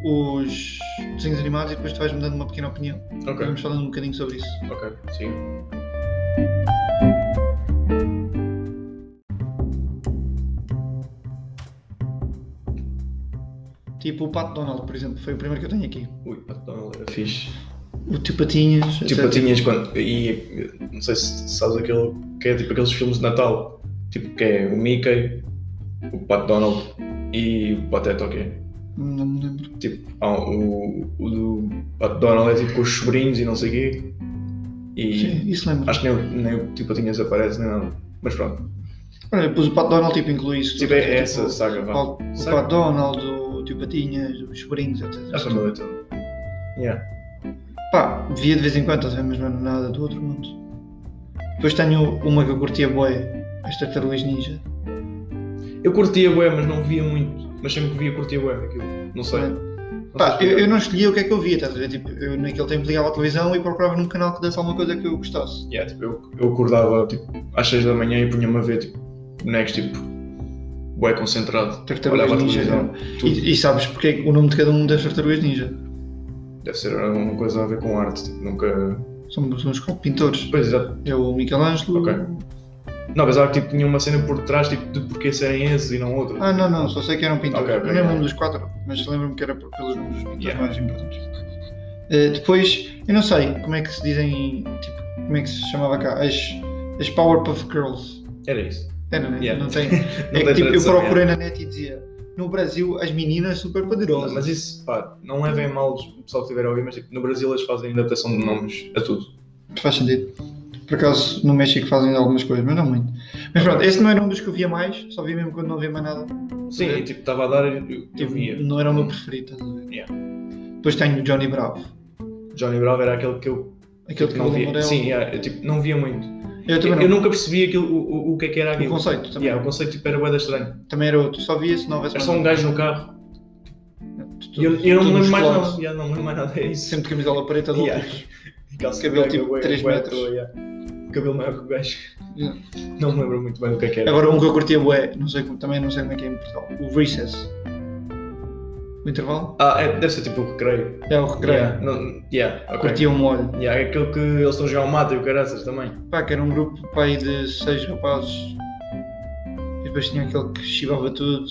Speaker 1: os desenhos animados e depois tu vais-me dando uma pequena opinião.
Speaker 2: Ok,
Speaker 1: Vamos falando um bocadinho sobre isso.
Speaker 2: ok, sim.
Speaker 1: Tipo o Pato Donald, por exemplo, foi o primeiro que eu tenho aqui.
Speaker 2: Ui, tá, Pat Donald era fixe.
Speaker 1: O Tio Patinhas.
Speaker 2: Tipo,
Speaker 1: etc.
Speaker 2: tinhas quando. E não sei se sabes aquele. que é tipo aqueles filmes de Natal. Tipo, que é o Mickey, o Pat Donald e o Pateta, ok?
Speaker 1: Não me lembro.
Speaker 2: é, Tipo, há o, o do Pat Donald é tipo com os sobrinhos e não sei o quê. E
Speaker 1: Sim, isso lembro.
Speaker 2: acho que nem, o- nem o tipo Tinhas aparece nem nada. Mas pronto.
Speaker 1: Olha, depois o Pato Donald tipo inclui isso.
Speaker 2: Tipo,
Speaker 1: tudo,
Speaker 2: é essa saga,
Speaker 1: O,
Speaker 2: vá.
Speaker 1: Pato- o
Speaker 2: Saga.
Speaker 1: Pato Donald, o Tio Patinhas, os sobrinhos, etc.
Speaker 2: A família toda. Yeah.
Speaker 1: Pá, via de vez em quando, estás a ver, mas não era nada do outro mundo. Depois tenho uma que eu curtia boé, as Tartarugas Ninja.
Speaker 2: Eu curtia bué, mas não via muito. Mas sempre que via, curtia bué aquilo. Não sei.
Speaker 1: Também.
Speaker 2: Não
Speaker 1: Pá,
Speaker 2: sei
Speaker 1: eu,
Speaker 2: explicar.
Speaker 1: eu não escolhia o que é que eu via, estás a ver? Tipo, eu naquele tempo ligava à televisão e procurava num canal que desse alguma coisa que eu gostasse.
Speaker 2: Yeah, tipo, eu, eu acordava tipo, às 6 da manhã e punha-me a ver tipo, bonecos tipo, bué concentrado.
Speaker 1: Tartarugas
Speaker 2: Olhava a
Speaker 1: Ninja. né?
Speaker 2: televisão,
Speaker 1: não.
Speaker 2: Tudo.
Speaker 1: E, e sabes porque é que o nome de cada um das tartarugas ninja?
Speaker 2: Deve ser alguma coisa a ver com arte. Tipo, nunca.
Speaker 1: São, são os pintores.
Speaker 2: Pois exato.
Speaker 1: É o Michelangelo.
Speaker 2: Ok. Não, pensava que tipo, tinha uma cena por trás tipo, de porque serem esses e não outros.
Speaker 1: Ah, não, não, só sei que eram pintores.
Speaker 2: Ok, ok,
Speaker 1: não lembro-me
Speaker 2: ok.
Speaker 1: dos quatro, mas lembro-me que era por- pelos nomes dos pintores
Speaker 2: Yeah.
Speaker 1: mais importantes. Eh, depois, eu não sei como é que se dizem, tipo, como é que se chamava cá? As, as Powerpuff Girls.
Speaker 2: Era isso.
Speaker 1: Era, né?
Speaker 2: Yeah.
Speaker 1: Não tem.
Speaker 2: [LAUGHS] Não
Speaker 1: é que
Speaker 2: tem
Speaker 1: tipo, eu
Speaker 2: tradução,
Speaker 1: procurei na net e dizia no Brasil as meninas super
Speaker 2: yeah.
Speaker 1: poderosas.
Speaker 2: Mas isso, pá, não levem mal o pessoal que estiver a ouvir, mas tipo, no Brasil eles fazem adaptação de nomes a tudo.
Speaker 1: Faz sentido. Por acaso no México fazem algumas coisas, mas não muito. Mas pronto, esse não era um dos que eu via mais, só vi mesmo quando não via mais nada.
Speaker 2: Sim,
Speaker 1: Ok.
Speaker 2: e tipo, estava a dar, eu, eu
Speaker 1: Tipo,
Speaker 2: via.
Speaker 1: não era o meu preferido, estás a ver?
Speaker 2: Yeah.
Speaker 1: Depois tenho o Johnny Bravo,
Speaker 2: Johnny Bravo era aquele que eu
Speaker 1: aquele
Speaker 2: tipo,
Speaker 1: de
Speaker 2: não
Speaker 1: cabelo
Speaker 2: via.
Speaker 1: amarelo.
Speaker 2: Sim, yeah, eu tipo, não via muito.
Speaker 1: Eu também
Speaker 2: Eu
Speaker 1: não.
Speaker 2: nunca percebi aquilo, o, o- o que é que era
Speaker 1: O
Speaker 2: aquilo.
Speaker 1: conceito também.
Speaker 2: Yeah, o conceito tipo, era bué da estranho.
Speaker 1: Também era outro, só via se não houvesse
Speaker 2: Era só um gajo no carro.
Speaker 1: Tudo-
Speaker 2: E eu, eu não me
Speaker 1: tudo
Speaker 2: lembro mais
Speaker 1: musculoso.
Speaker 2: nada. Yeah, não me lembro mais nada. É isso.
Speaker 1: Sempre de camisola preta do
Speaker 2: Yeah. Calça
Speaker 1: Cabelo,
Speaker 2: branca,
Speaker 1: tipo,
Speaker 2: bué-
Speaker 1: três
Speaker 2: bué à
Speaker 1: metros.
Speaker 2: toa, yeah. Cabelo maior que o gajo.
Speaker 1: Yeah.
Speaker 2: Não me lembro muito bem do que é que era.
Speaker 1: Agora um que eu curtia bué, não sei, como- também não sei como é que é em Portugal, o Recess. O intervalo?
Speaker 2: Ah, é, deve ser tipo o recreio.
Speaker 1: É o recreio.
Speaker 2: Yeah, não- yeah, ok.
Speaker 1: Curtia um molho.
Speaker 2: Yeah, é aquele que eles estão a jogar o mato e o caraças também.
Speaker 1: Pá, que era um grupo pá, aí de seis rapazes. E depois tinha aquele que chibava tudo.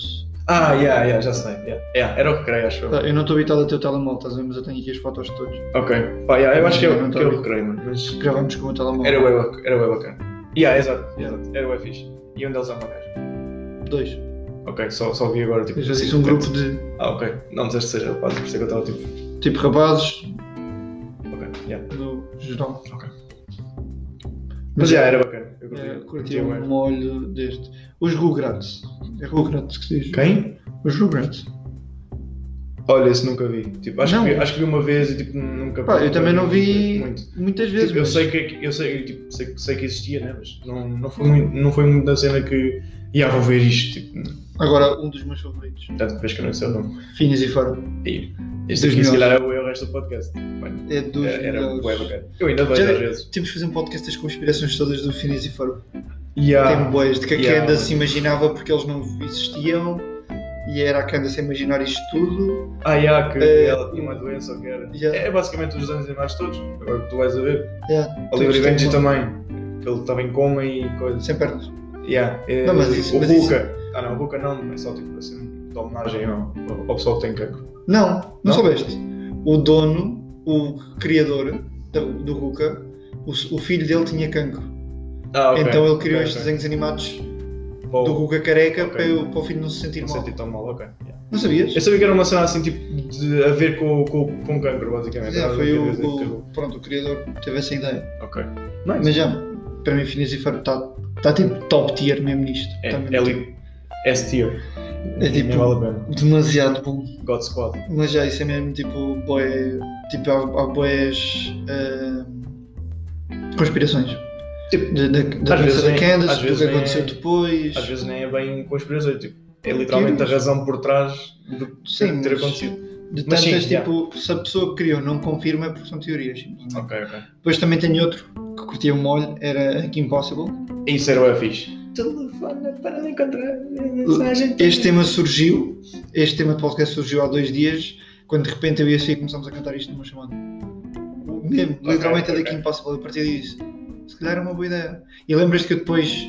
Speaker 2: Ah, yeah, yeah, já sei. Yeah. Yeah, era o recreio, acho eu.
Speaker 1: Pá, Tá, Eu não estou habitado a teu telemóvel, estás a ver? Mas eu tenho aqui as fotos de todos.
Speaker 2: Ok. Pá, yeah, eu acho que é,
Speaker 1: Não, tá
Speaker 2: o-
Speaker 1: não
Speaker 2: que é
Speaker 1: tô.
Speaker 2: o recreio, mano. Mas
Speaker 1: Gravamos com o telemóvel.
Speaker 2: era bué bac- era bué bacana. Yeah, exato, exato. Era o fixe. E um onde eles amam o gajo?
Speaker 1: Dois.
Speaker 2: Ok, só, só vi agora tipo.
Speaker 1: Eu já disse
Speaker 2: assim,
Speaker 1: um
Speaker 2: portanto-
Speaker 1: grupo de
Speaker 2: Ah, ok. Não disseste seja rapaz, por isso é que eu estava tipo.
Speaker 1: tipo rapazes
Speaker 2: Ok, yeah.
Speaker 1: do geral.
Speaker 2: Ok. Mas já era bacana. Eu curti.
Speaker 1: é,
Speaker 2: curti
Speaker 1: curtia
Speaker 2: bué.
Speaker 1: um molho deste. Os Rugrats. É Rugrats que se diz.
Speaker 2: Quem?
Speaker 1: Os Rugrats.
Speaker 2: Olha, esse nunca vi. Tipo, acho,
Speaker 1: Não.
Speaker 2: que vi, acho que vi uma vez e tipo nunca.
Speaker 1: Pá, eu também não vi
Speaker 2: Muito.
Speaker 1: muitas vezes.
Speaker 2: Tipo, eu
Speaker 1: mas-
Speaker 2: sei que eu sei, tipo, sei, sei que existia, né? Mas não, não, foi muito, não foi muito da cena que. Yeah, vou ver isto. Tipo,
Speaker 1: Agora, um dos meus favoritos.
Speaker 2: tanto vez que eu não sei o nome.
Speaker 1: Finas e Fora.
Speaker 2: E este
Speaker 1: Dos
Speaker 2: aqui,
Speaker 1: melhores.
Speaker 2: se calhar, é o é o resto do podcast. Mano,
Speaker 1: É dos
Speaker 2: era era
Speaker 1: melhores.
Speaker 2: bué bacana. Eu ainda vejo
Speaker 1: Já-
Speaker 2: às vezes.
Speaker 1: Temos de fazer um podcast das conspirações todas do Finis e Faro.
Speaker 2: Yeah.
Speaker 1: Tem boas de que a
Speaker 2: Ah, yeah.
Speaker 1: queda se imaginava porque eles não existiam e era a Candace a imaginar isto tudo.
Speaker 2: Ah, yeah, que
Speaker 1: Eh,
Speaker 2: ela tinha uma doença ou que era.
Speaker 1: Yeah.
Speaker 2: É basicamente os desenhos animados todos, agora que tu vais a ver.
Speaker 1: Yeah,
Speaker 2: A
Speaker 1: todos
Speaker 2: Livre
Speaker 1: têm
Speaker 2: Benji
Speaker 1: uma-
Speaker 2: também, que ele estava em coma e coisas.
Speaker 1: Sem pernas.
Speaker 2: Yeah. é-
Speaker 1: Não, mas isso-
Speaker 2: o
Speaker 1: mas
Speaker 2: Hulk. Ah, não, o Hulk não, é só tipo assim, de homenagem ao, ao pessoal que tem caco.
Speaker 1: Não, não,
Speaker 2: Não?
Speaker 1: soubeste. O dono, o criador da- do Ruka, o, s- o filho dele tinha cancro.
Speaker 2: Ah, ok.
Speaker 1: Então ele criou
Speaker 2: Ok,
Speaker 1: estes
Speaker 2: ok.
Speaker 1: desenhos animados
Speaker 2: Bom,
Speaker 1: do Ruka careca
Speaker 2: ok.
Speaker 1: para, eu- para o filho não se sentir
Speaker 2: Não
Speaker 1: mal.
Speaker 2: senti tão mal, ok. yeah.
Speaker 1: Não sabias?
Speaker 2: Eu sabia que era uma cena assim, tipo, de, a ver com, com, com cancro, basicamente.
Speaker 1: Já,
Speaker 2: Era
Speaker 1: É, foi
Speaker 2: uma
Speaker 1: o,
Speaker 2: coisa que
Speaker 1: o- pronto, o criador teve essa ideia.
Speaker 2: eu- Ok. Nice.
Speaker 1: Mas já, para mim, Phineas e Ferb está tá, tipo top tier mesmo tipo, nisto.
Speaker 2: É,
Speaker 1: Também
Speaker 2: é ali. S-tier.
Speaker 1: É
Speaker 2: Nem
Speaker 1: tipo-
Speaker 2: vale a pena.
Speaker 1: demasiado bom.
Speaker 2: God Squad.
Speaker 1: Mas já, isso é mesmo tipo boé. Tipo, há, há boés. eh, conspirações.
Speaker 2: Tipo,
Speaker 1: Da, da, da
Speaker 2: Às
Speaker 1: doença
Speaker 2: vezes
Speaker 1: da
Speaker 2: nem- às
Speaker 1: Candace, do que
Speaker 2: vezes nem-
Speaker 1: aconteceu depois.
Speaker 2: às vezes nem é bem conspiração, é tipo, é literalmente a
Speaker 1: Tiros.
Speaker 2: razão por trás do que
Speaker 1: Sim,
Speaker 2: ter
Speaker 1: mas-
Speaker 2: acontecido.
Speaker 1: De
Speaker 2: Mas
Speaker 1: tantas,
Speaker 2: sim, já.
Speaker 1: tipo, se a pessoa que criou não confirma, é porque são teorias. simplesmente.
Speaker 2: Ok, ok.
Speaker 1: Depois também tem outro que curtia o molho, era Kim Possible.
Speaker 2: Isso era o fixe. Telefona para encontrar mensagem.
Speaker 1: Este tema surgiu, este tema de podcast surgiu há dois dias, quando de repente eu e a Sofia começámos a cantar isto numa chamada. Mesmo,
Speaker 2: Ok,
Speaker 1: literalmente é
Speaker 2: ok.
Speaker 1: daqui impossível, a partir disso. Se calhar é uma boa ideia. E lembras-te que eu depois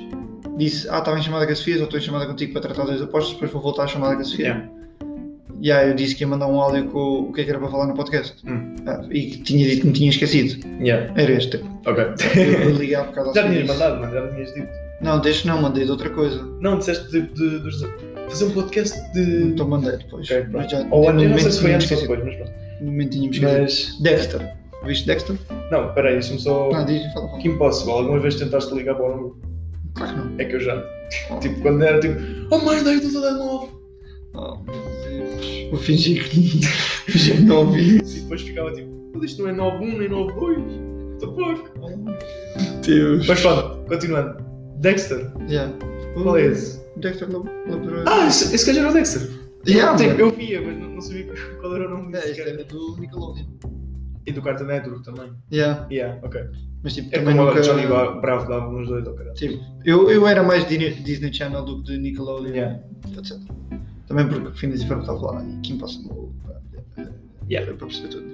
Speaker 1: disse, ah, estava em chamada com a Sofia, ou estou em chamada contigo para tratar dois apostos, depois vou voltar à chamada com a Sofia.
Speaker 2: Yeah.
Speaker 1: E aí eu disse que ia mandar um áudio com o que é que era para falar no podcast.
Speaker 2: Hum.
Speaker 1: Ah, e que tinha dito que me tinha esquecido.
Speaker 2: Yeah,
Speaker 1: Era este.
Speaker 2: ok.
Speaker 1: Eu [LAUGHS] eu liguei há bocado à
Speaker 2: já
Speaker 1: Sofia e
Speaker 2: tinhas
Speaker 1: disse,
Speaker 2: mandado, mano, já tinhas dito.
Speaker 1: Não, deixa não, mandei de outra coisa.
Speaker 2: Não, disseste de, de, dos- fazer um podcast de.
Speaker 1: Então mandei depois.
Speaker 2: Ok, pronto.
Speaker 1: mas já,
Speaker 2: Ou antes, eu não
Speaker 1: no
Speaker 2: sei se foi
Speaker 1: momento
Speaker 2: antes ou
Speaker 1: tínhamos
Speaker 2: depois, mas pronto.
Speaker 1: esquecido. No momento tínhamos esquecido.
Speaker 2: Mas. Oh.
Speaker 1: Dexter. Viste Dexter?
Speaker 2: Não, peraí, deixa-me só.
Speaker 1: Não, diz, fala, fala.
Speaker 2: Que impossível, alguma vez tentaste ligar para o número?
Speaker 1: Claro que não.
Speaker 2: É que eu já. Tipo, quando era tipo, oh mãe, dei do telemóvel!
Speaker 1: Oh, meu Deus. Vou fingir que, [LAUGHS] fingir que não ouvi.
Speaker 2: E depois ficava tipo, mas isto não é 91 nem 92? What the fuck?
Speaker 1: Oh, meu Deus.
Speaker 2: Mas pronto, continuando. Dexter,
Speaker 1: Já.
Speaker 2: qual é esse?
Speaker 1: Dexter Lab- Laboratory.
Speaker 2: Ah, esse esse gajo era o Dexter.
Speaker 1: Yeah,
Speaker 2: Tipo,
Speaker 1: mano.
Speaker 2: eu via, mas não, não sabia [LAUGHS] qual era o nome
Speaker 1: É,
Speaker 2: desse
Speaker 1: isto
Speaker 2: cara.
Speaker 1: era do Nickelodeon.
Speaker 2: E do Cartoon
Speaker 1: é
Speaker 2: Network também.
Speaker 1: Yeah.
Speaker 2: Yeah, ok.
Speaker 1: Mas tipo,
Speaker 2: É
Speaker 1: também
Speaker 2: como
Speaker 1: nunca...
Speaker 2: o Johnny Bra- Bravo dava uns dois ao caralho.
Speaker 1: Tipo, eu, eu era mais Di- Disney Channel do que de Nickelodeon,
Speaker 2: Yeah.
Speaker 1: etc. Também porque Phineas e Ferb estava lá e Kim Possible. pá,
Speaker 2: Yeah.
Speaker 1: Era para perceber tudo.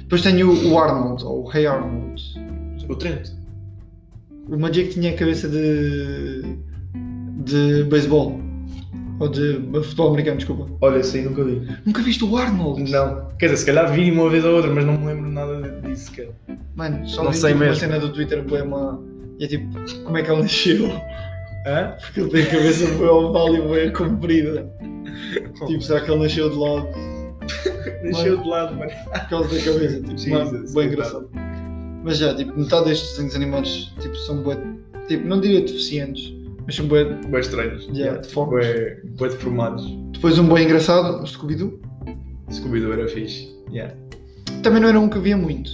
Speaker 1: Depois tenho o o Arnold, ou o Hey Arnold.
Speaker 2: O Trent.
Speaker 1: O Magic tinha a cabeça de. de beisebol. Ou de futebol americano, desculpa.
Speaker 2: Olha, esse aí nunca vi.
Speaker 1: Nunca viste o Arnold?
Speaker 2: Não. Quer dizer, se calhar vi uma vez ou outra, mas não me lembro nada disso, cara.
Speaker 1: Mano, só
Speaker 2: Não
Speaker 1: vi
Speaker 2: sei
Speaker 1: tipo, uma
Speaker 2: mesmo.
Speaker 1: cena do Twitter bué má. E é tipo, como é que ele nasceu? [LAUGHS]
Speaker 2: Hã?
Speaker 1: Porque ele tem a cabeça bué oval e bué
Speaker 2: [LAUGHS]
Speaker 1: comprida. Tipo, será que ele nasceu de lado
Speaker 2: Deixou de lado, mano.
Speaker 1: por causa da cabeça? Tipo,
Speaker 2: Jesus,
Speaker 1: mano, bué
Speaker 2: coitado.
Speaker 1: engraçado. Mas já, tipo, metade destes desenhos animados tipo, são bué, tipo, não diria deficientes, mas são bué,
Speaker 2: Boé estranhos.
Speaker 1: yeah, deformes.
Speaker 2: Boé, boé deformados.
Speaker 1: Depois um bué engraçado, o Scooby-Doo.
Speaker 2: Scooby-Doo era fixe. Yeah.
Speaker 1: também não era um que via muito.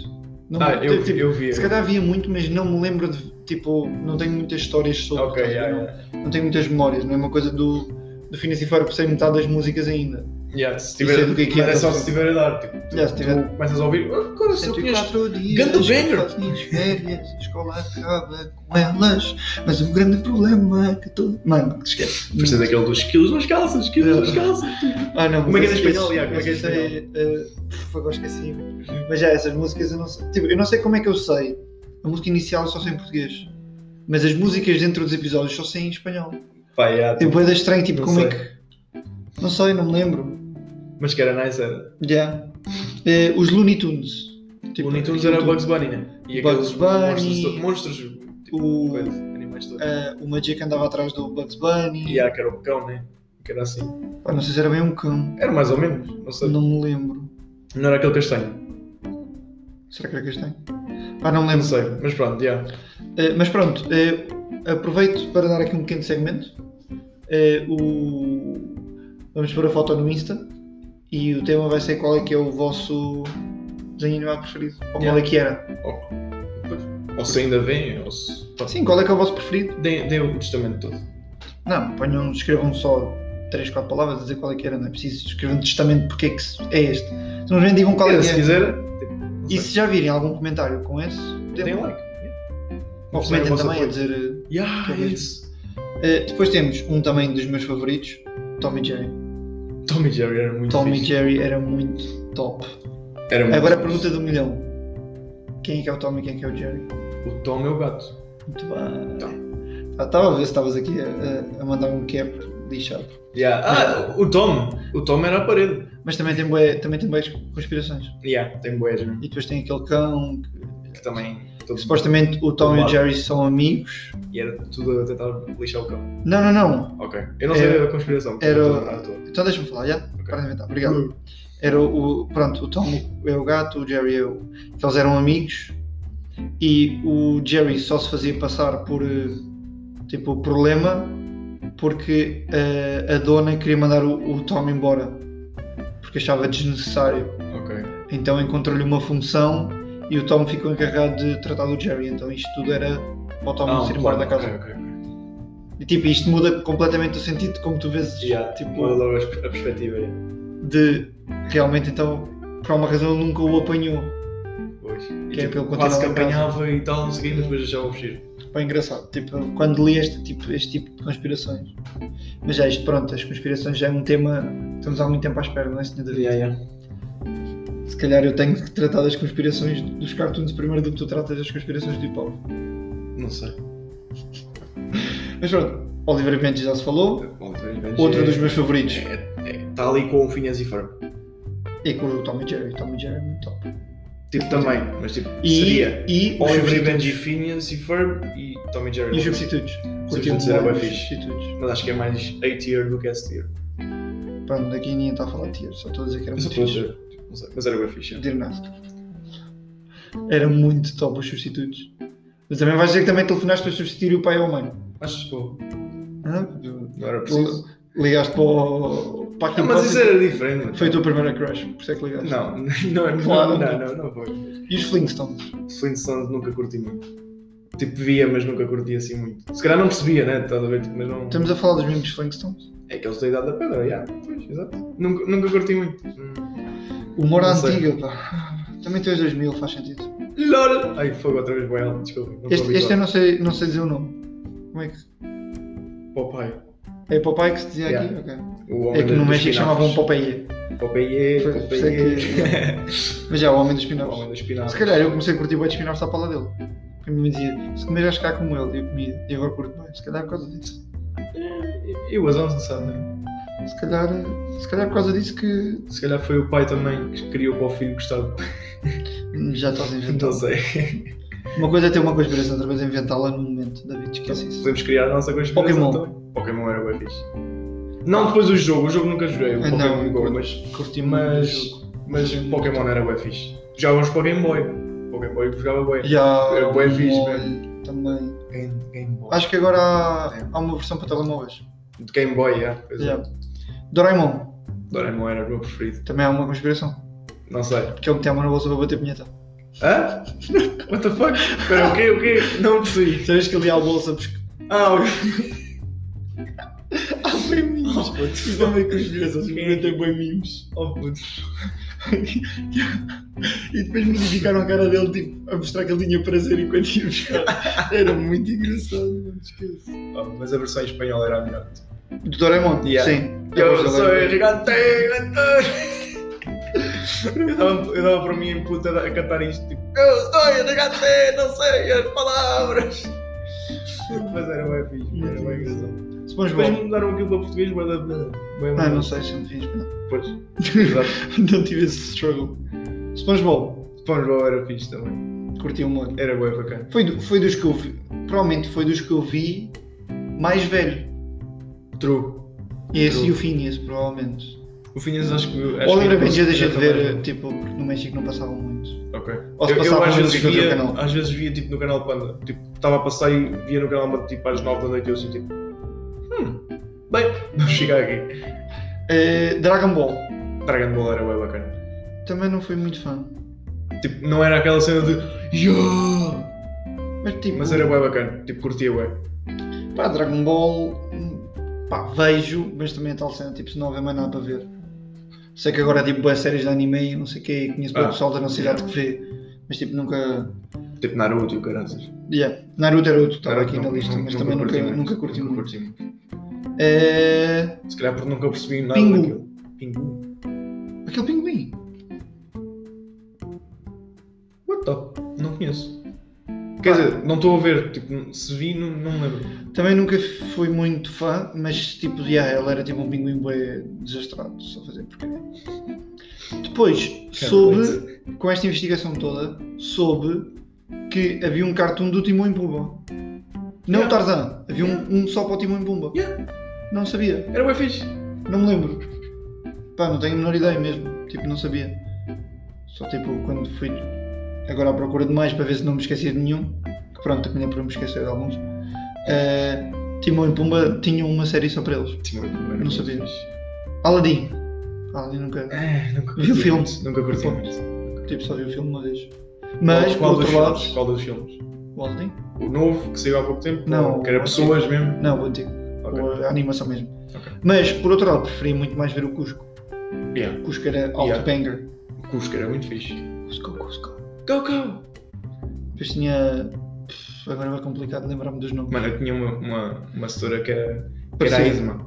Speaker 1: Não
Speaker 2: Ah,
Speaker 1: me-
Speaker 2: eu,
Speaker 1: tipo,
Speaker 2: eu via.
Speaker 1: Se calhar via muito, mas não me lembro de. Tipo, não tenho muitas histórias sobre.
Speaker 2: Ok,
Speaker 1: estás a ver?
Speaker 2: yeah,
Speaker 1: não,
Speaker 2: yeah.
Speaker 1: não tenho muitas memórias. Não é uma coisa do, do Phineas e Ferb, sei metade das músicas ainda.
Speaker 2: Yeah, se
Speaker 1: Isso
Speaker 2: tiver,
Speaker 1: é do que é que é,
Speaker 2: mas é só
Speaker 1: tá
Speaker 2: se tiver a dar, tipo, tu,
Speaker 1: Yeah, se tiver-
Speaker 2: tu começas a ouvir, "Ah, cara, se eu conheço,
Speaker 1: dias.
Speaker 2: Ganda banger!
Speaker 1: faço minhas férias, a escola acaba com elas. Mas o grande problema é que todo. Mano, esquece.
Speaker 2: precisas daquele dos quilos nas calças, quilos nas calças.
Speaker 1: Ah, não,
Speaker 2: Como é que é em
Speaker 1: esse-
Speaker 2: espanhol,
Speaker 1: esse-
Speaker 2: Iago? Como é que é em
Speaker 1: esse é, eh, pff, Agora esqueci. Mas já, essas músicas eu não sei. Tipo, eu não sei como é que eu sei. A música inicial eu só sei em português. Mas as músicas dentro dos episódios só sei em espanhol.
Speaker 2: Pá, yeah, tipo,
Speaker 1: Tipo, é estranho, tipo,
Speaker 2: Não
Speaker 1: como
Speaker 2: sei.
Speaker 1: é que. Não sei, não me lembro.
Speaker 2: mas que era nice, era.
Speaker 1: Já. Eh, os Looney Tunes.
Speaker 2: Tipo,
Speaker 1: Tipo,
Speaker 2: o Looney Tunes era
Speaker 1: aquilo
Speaker 2: Bugs Bunny, né? E
Speaker 1: Bugs
Speaker 2: aqueles
Speaker 1: Bunny,
Speaker 2: monstros, monstros tipo,
Speaker 1: o-
Speaker 2: coisas, animais
Speaker 1: tudo.
Speaker 2: todos.
Speaker 1: Eh, o Magic andava atrás do Bugs Bunny.
Speaker 2: E há que era o cão, né? Que era assim.
Speaker 1: Pá, não sei se era bem um cão.
Speaker 2: Era mais ou menos, não sei. Não,
Speaker 1: Não me lembro.
Speaker 2: era aquele castanho,
Speaker 1: Será que era castanho? Ah, não me
Speaker 2: não
Speaker 1: lembro.
Speaker 2: sei, mas pronto, yeah.
Speaker 1: Eh, mas pronto, eh, aproveito para dar aqui um pequeno segmento. Eh, o- Vamos pôr a foto no Insta e o tema vai ser qual é que é o vosso desenho animado preferido. Ou qual
Speaker 2: Yeah.
Speaker 1: é que era.
Speaker 2: Ou, ou se ainda vem, ou se. pronto.
Speaker 1: Sim, qual é que é o vosso preferido?
Speaker 2: Dei, dei o testamento todo.
Speaker 1: Não, ponham, escrevam só 3, 4 palavras a dizer qual é que era. Não é preciso escrever um testamento porque é que se- é este. Simplesmente digam qual é
Speaker 2: Era,
Speaker 1: que
Speaker 2: se
Speaker 1: é.
Speaker 2: quiser, tipo, não sei,
Speaker 1: E se já virem algum comentário com esse,
Speaker 2: deem
Speaker 1: deem
Speaker 2: like.
Speaker 1: Ou
Speaker 2: Mostrem o
Speaker 1: comentem
Speaker 2: vosso
Speaker 1: também a
Speaker 2: apoio.
Speaker 1: dizer. eh,
Speaker 2: Yeah,
Speaker 1: Que é
Speaker 2: yes.
Speaker 1: Eh, Uh, depois temos um também dos meus favoritos, Tommy Jerry.
Speaker 2: Tom e Jerry era muito
Speaker 1: Tom e
Speaker 2: fixe.
Speaker 1: Jerry era muito top.
Speaker 2: Era muito
Speaker 1: Agora a
Speaker 2: fixe.
Speaker 1: pergunta do milhão: quem é que é o Tom e quem é que é o Jerry?
Speaker 2: O Tom é o gato.
Speaker 1: Muito
Speaker 2: Tá.
Speaker 1: bem. Estava a ver se estavas aqui a- a, a mandar um cap lixado.
Speaker 2: Yeah. Ah, o Tom. O Tom era a parede.
Speaker 1: Mas também tem bué, também tem boas conspirações.
Speaker 2: Yeah, tem boés, né?
Speaker 1: E depois tem aquele cão que,
Speaker 2: Que também. é Todo...
Speaker 1: supostamente o Tom e o
Speaker 2: Roubado.
Speaker 1: Jerry são amigos.
Speaker 2: E era tudo a tentar lixar o cão.
Speaker 1: Não, não, não.
Speaker 2: Ok. Eu não
Speaker 1: Era-
Speaker 2: sabia da conspiração.
Speaker 1: era-
Speaker 2: portanto, à toa.
Speaker 1: Então deixa-me falar, já?
Speaker 2: Ok.
Speaker 1: Para de inventar. Obrigado. Era o, o- Pronto, o Tom é o gato, o Jerry é o. que Eles eram amigos e o Jerry só se fazia passar por eh, tipo problema porque eh, a dona queria mandar o, o Tom embora porque achava desnecessário.
Speaker 2: Ok.
Speaker 1: Então encontrou-lhe uma função e o Tom ficou encarregado de tratar do Jerry. Então isto tudo era para o Tom
Speaker 2: Ah, um
Speaker 1: ser embora
Speaker 2: plano,
Speaker 1: da casa.
Speaker 2: ok, ok, ok.
Speaker 1: E tipo, isto muda completamente o sentido de como tu vês
Speaker 2: Yeah,
Speaker 1: tipo,
Speaker 2: muda logo a pers- a perspectiva. yeah.
Speaker 1: de realmente então por alguma razão ele nunca o apanhou.
Speaker 2: Pois. E, tipo,
Speaker 1: Que é pelo
Speaker 2: quase que
Speaker 1: continuar em casa.
Speaker 2: apanhava e tal, não sei o quê, mas depois deixava fugir.
Speaker 1: Bem engraçado. Tipo, quando li este tipo, este tipo de conspirações. Mas já isto pronto, as conspirações já é um tema. Estamos há muito tempo à espera, não é, senhor David? Se calhar eu tenho que tratar das conspirações dos cartoons primeiro do que tu tratas das conspirações do hip hop.
Speaker 2: Não sei.
Speaker 1: Mas pronto, Oliver Mendes já se falou.
Speaker 2: Bom, talvez
Speaker 1: Outro
Speaker 2: é-
Speaker 1: dos meus favoritos
Speaker 2: é- é- Tá ali com o Finhas e Ferb.
Speaker 1: é com o Tom e Jerry. Tom e Jerry é muito top.
Speaker 2: Tipo, também, mas tipo,
Speaker 1: E,
Speaker 2: seria
Speaker 1: e os
Speaker 2: Oliver e
Speaker 1: substitutos.
Speaker 2: Benji, Phineas e Ferb e Tommy Jerry.
Speaker 1: E os substitutos. Curti
Speaker 2: Substitutos era
Speaker 1: bué
Speaker 2: bué
Speaker 1: dos
Speaker 2: fixe.
Speaker 1: substitutos.
Speaker 2: Mas acho que é mais A-tier do que S-tier.
Speaker 1: Pronto, daqui ninguém está a falar de tier, só estou a dizer que era
Speaker 2: Eu só
Speaker 1: muito
Speaker 2: estou a
Speaker 1: fixe.
Speaker 2: dizer, tipo, não sei, Mas era bem fixe.
Speaker 1: Pedir nada. Era muito top os substitutos. Mas também vais dizer que também telefonaste para substituir o pai ou a mãe.
Speaker 2: Acho que pô,
Speaker 1: Hã?
Speaker 2: não era preciso.
Speaker 1: Tu Ligaste para o. Para
Speaker 2: Ah,
Speaker 1: aquele
Speaker 2: mas isso
Speaker 1: próximo-
Speaker 2: era diferente. mano.
Speaker 1: Foi a tua primeira crush, por isso é que ligaste.
Speaker 2: Não, [LAUGHS] não,
Speaker 1: Claro.
Speaker 2: não, não, não, não foi.
Speaker 1: E os Flintstones?
Speaker 2: Flintstones nunca curti muito. Tipo, via, mas nunca curti assim muito. Se calhar não percebia, né? Estás a ver? Tipo, Mas não.
Speaker 1: Estamos a falar dos mesmos Flintstones?
Speaker 2: É que eles da idade da pedra, já. Pois, exato. Nunca, nunca curti muito. Hum.
Speaker 1: Humor à
Speaker 2: Não sei.
Speaker 1: antiga, pá. Também tem os 2000, faz sentido.
Speaker 2: LOL! Ai, fogo outra vez, Boel, desculpa. não
Speaker 1: Este,
Speaker 2: estou
Speaker 1: este é eu
Speaker 2: habituado.
Speaker 1: não sei, não sei dizer o nome. Como é que.
Speaker 2: Popeye.
Speaker 1: É Popeye que se dizia
Speaker 2: Yeah.
Speaker 1: aqui? Ok.
Speaker 2: O homem
Speaker 1: É que no
Speaker 2: dos
Speaker 1: México chamavam
Speaker 2: espinafres.
Speaker 1: Popeye.
Speaker 2: Popeye,
Speaker 1: Foi- foi
Speaker 2: Popeye.
Speaker 1: Mas já, o Homem dos
Speaker 2: [LAUGHS] O
Speaker 1: Pinos.
Speaker 2: homem dos espinafres.
Speaker 1: Se calhar eu comecei a curtir boi de espinafres à pala dele. Porque me dizia, se comer vais ficar como ele, eu comia, e agora curto bem. Se calhar por causa disso.
Speaker 2: E o Azão, sabe? né?
Speaker 1: Se calhar, eh, se calhar por causa disso que
Speaker 2: Se calhar foi o pai também que criou para o filho gostar de. [LAUGHS]
Speaker 1: hum, já estás a inventar.
Speaker 2: Não sei.
Speaker 1: Uma coisa é ter uma conspiração, outra coisa é inventá-la no momento. David, esquece isso.
Speaker 2: Podemos criar a nossa conspiração
Speaker 1: Pokémon.
Speaker 2: também. Pokémon era bem fixe. Não depois do jogo, o jogo nunca joguei, o
Speaker 1: Ah, não,
Speaker 2: Pokémon
Speaker 1: eu
Speaker 2: Go,
Speaker 1: curto.
Speaker 2: mas,
Speaker 1: Curti
Speaker 2: Mas-
Speaker 1: muito.
Speaker 2: mas
Speaker 1: Sim.
Speaker 2: Pokémon era bem fixe. Jogávamos para Game Boy. Pokémon Boy jogava bem.
Speaker 1: Já,
Speaker 2: É bué fixe, né?
Speaker 1: velho. Também.
Speaker 2: Game, Game Boy.
Speaker 1: Acho que agora há, há uma versão para telemóveis.
Speaker 2: De Game Boy, é. Pois é.
Speaker 1: Já. Doraemon,
Speaker 2: Doraemon era o meu preferido.
Speaker 1: também há uma conspiração.
Speaker 2: Não sei.
Speaker 1: Porque ele metia a mão na bolsa para bater punheta.
Speaker 2: Hã? [LAUGHS] What the fuck? Espera, o quê? O quê? Não percebi.
Speaker 1: Sabes que ele ia à bolsa porque.
Speaker 2: Ah, ok.
Speaker 1: [LAUGHS] Ah, foi mimos! Isso também conspiração,
Speaker 2: simplesmente
Speaker 1: é boi mimos.
Speaker 2: é Oh, puto.
Speaker 1: E depois modificaram a cara dele tipo, a mostrar que ele tinha prazer enquanto ia buscar. Era muito engraçado, não te esqueço.
Speaker 2: Ah, mas a versão em espanhol era a melhor.
Speaker 1: Do Doraemon?
Speaker 2: Yeah.
Speaker 1: Sim.
Speaker 2: Eu
Speaker 1: Depois
Speaker 2: sou
Speaker 1: ele-
Speaker 2: gigante! Eu dava, eu dava para mim em puta a cantar isto, tipo, eu sou gigante, não sei as palavras. Mas era bem fixe, era bem engraçado. Depois
Speaker 1: SpongeBob.
Speaker 2: mudaram aquilo para português, mas era bem
Speaker 1: Ah, não sei se me fiz,
Speaker 2: [LAUGHS]
Speaker 1: não.
Speaker 2: Pois, exato.
Speaker 1: não tive esse struggle. SpongeBob,
Speaker 2: SpongeBob era fixe também.
Speaker 1: curti o humor.
Speaker 2: Era bem bacana.
Speaker 1: Foi, do- foi dos que eu vi, provavelmente foi dos que eu vi mais velho.
Speaker 2: True.
Speaker 1: Esse
Speaker 2: True.
Speaker 1: e o Phineas, provavelmente.
Speaker 2: O Finhas acho que... acho
Speaker 1: Ou
Speaker 2: que-
Speaker 1: de repente já deixei de
Speaker 2: também.
Speaker 1: ver, tipo, porque no México não passavam muito.
Speaker 2: Ok.
Speaker 1: Ou se
Speaker 2: eu, eu
Speaker 1: passava
Speaker 2: às
Speaker 1: muito
Speaker 2: vezes
Speaker 1: no teu
Speaker 2: via,
Speaker 1: canal.
Speaker 2: às vezes via tipo no canal Panda, tipo, estava a passar e via no canal Panda tipo às 9 da noite e eu assim tipo, hum, bem, [LAUGHS] vamos chegar aqui.
Speaker 1: Eh, Dragon Ball,
Speaker 2: Dragon Ball era bem bacana.
Speaker 1: também não fui muito fã.
Speaker 2: Tipo, não era aquela cena de yo,
Speaker 1: Mas tipo,
Speaker 2: mas era bem bacana, tipo, curtia bem.
Speaker 1: pá, Dragon Ball, hum, pá, vejo, mas também é tal cena, tipo, se não houver mais nada para ver. Sei que agora há tipo boas séries de anime e não sei o quê, e conheço
Speaker 2: Ah,
Speaker 1: o pessoal da nossa cidade que vê, mas tipo, nunca.
Speaker 2: Tipo Naruto e o caraças.
Speaker 1: Yeah. Naruto era outro, estava
Speaker 2: Naruto
Speaker 1: aqui na
Speaker 2: nu-
Speaker 1: lista,
Speaker 2: nu-
Speaker 1: mas também nunca, nunca curti
Speaker 2: nunca
Speaker 1: muito.
Speaker 2: curti muito.
Speaker 1: Eh,
Speaker 2: Se calhar porque nunca percebi nada
Speaker 1: Pingu.
Speaker 2: daquilo. Pinguim.
Speaker 1: Aquele pinguim.
Speaker 2: What the? Não conheço. Quer dizer, não estou a ver. Tipo, se vi, não, não me lembro.
Speaker 1: Também nunca fui muito fã, mas tipo, yeah, ele era tipo um pinguim bem desastrado, só fazer porcaria. Depois, soube, com esta investigação toda, soube que havia um cartoon do Timão e Pumba. Não
Speaker 2: Yeah.
Speaker 1: o Tarzan, havia
Speaker 2: Yeah.
Speaker 1: um, um só para o Timão e Pumba.
Speaker 2: Yeah.
Speaker 1: Não sabia,
Speaker 2: Era bem fixe.
Speaker 1: não me lembro. Pá, não tenho a menor ideia mesmo, tipo, não sabia. Só tipo, quando fui agora à procura de mais para ver se não me esquecia de nenhum, que pronto, também é para me esquecer de alguns. eh, Timão e Pumba tinham uma série só para eles.
Speaker 2: Timão e Pumba Tipo, era
Speaker 1: Não
Speaker 2: bem
Speaker 1: sabia.
Speaker 2: fixe.
Speaker 1: Aladdin. Aladdin nunca.
Speaker 2: É, nunca
Speaker 1: Vi o
Speaker 2: curti
Speaker 1: filme.
Speaker 2: muito, Nunca curti
Speaker 1: Ponto.
Speaker 2: muito.
Speaker 1: Tipo, só vi o filme uma vez. Mas,
Speaker 2: Qual-
Speaker 1: por
Speaker 2: qual
Speaker 1: outro
Speaker 2: dos
Speaker 1: lado.
Speaker 2: filmes? Qual dos filmes?
Speaker 1: O Aladdin?
Speaker 2: O novo, que saiu há pouco tempo?
Speaker 1: Não,
Speaker 2: Que era
Speaker 1: o
Speaker 2: pessoas mesmo?
Speaker 1: Não, o antigo.
Speaker 2: Ok.
Speaker 1: O- A animação mesmo.
Speaker 2: Ok.
Speaker 1: Mas, por outro lado, preferia muito mais ver o Cusco.
Speaker 2: Yeah.
Speaker 1: O Cusco era alto
Speaker 2: Yeah.
Speaker 1: banger.
Speaker 2: O Cusco era muito fixe.
Speaker 1: Cusco, Cusco.
Speaker 2: Go, go!
Speaker 1: Depois tinha. Pff, Agora vai complicado lembrar-me dos nomes.
Speaker 2: Mano, eu tinha uma, uma, uma setora que era, que era a
Speaker 1: Parecia-
Speaker 2: Isma.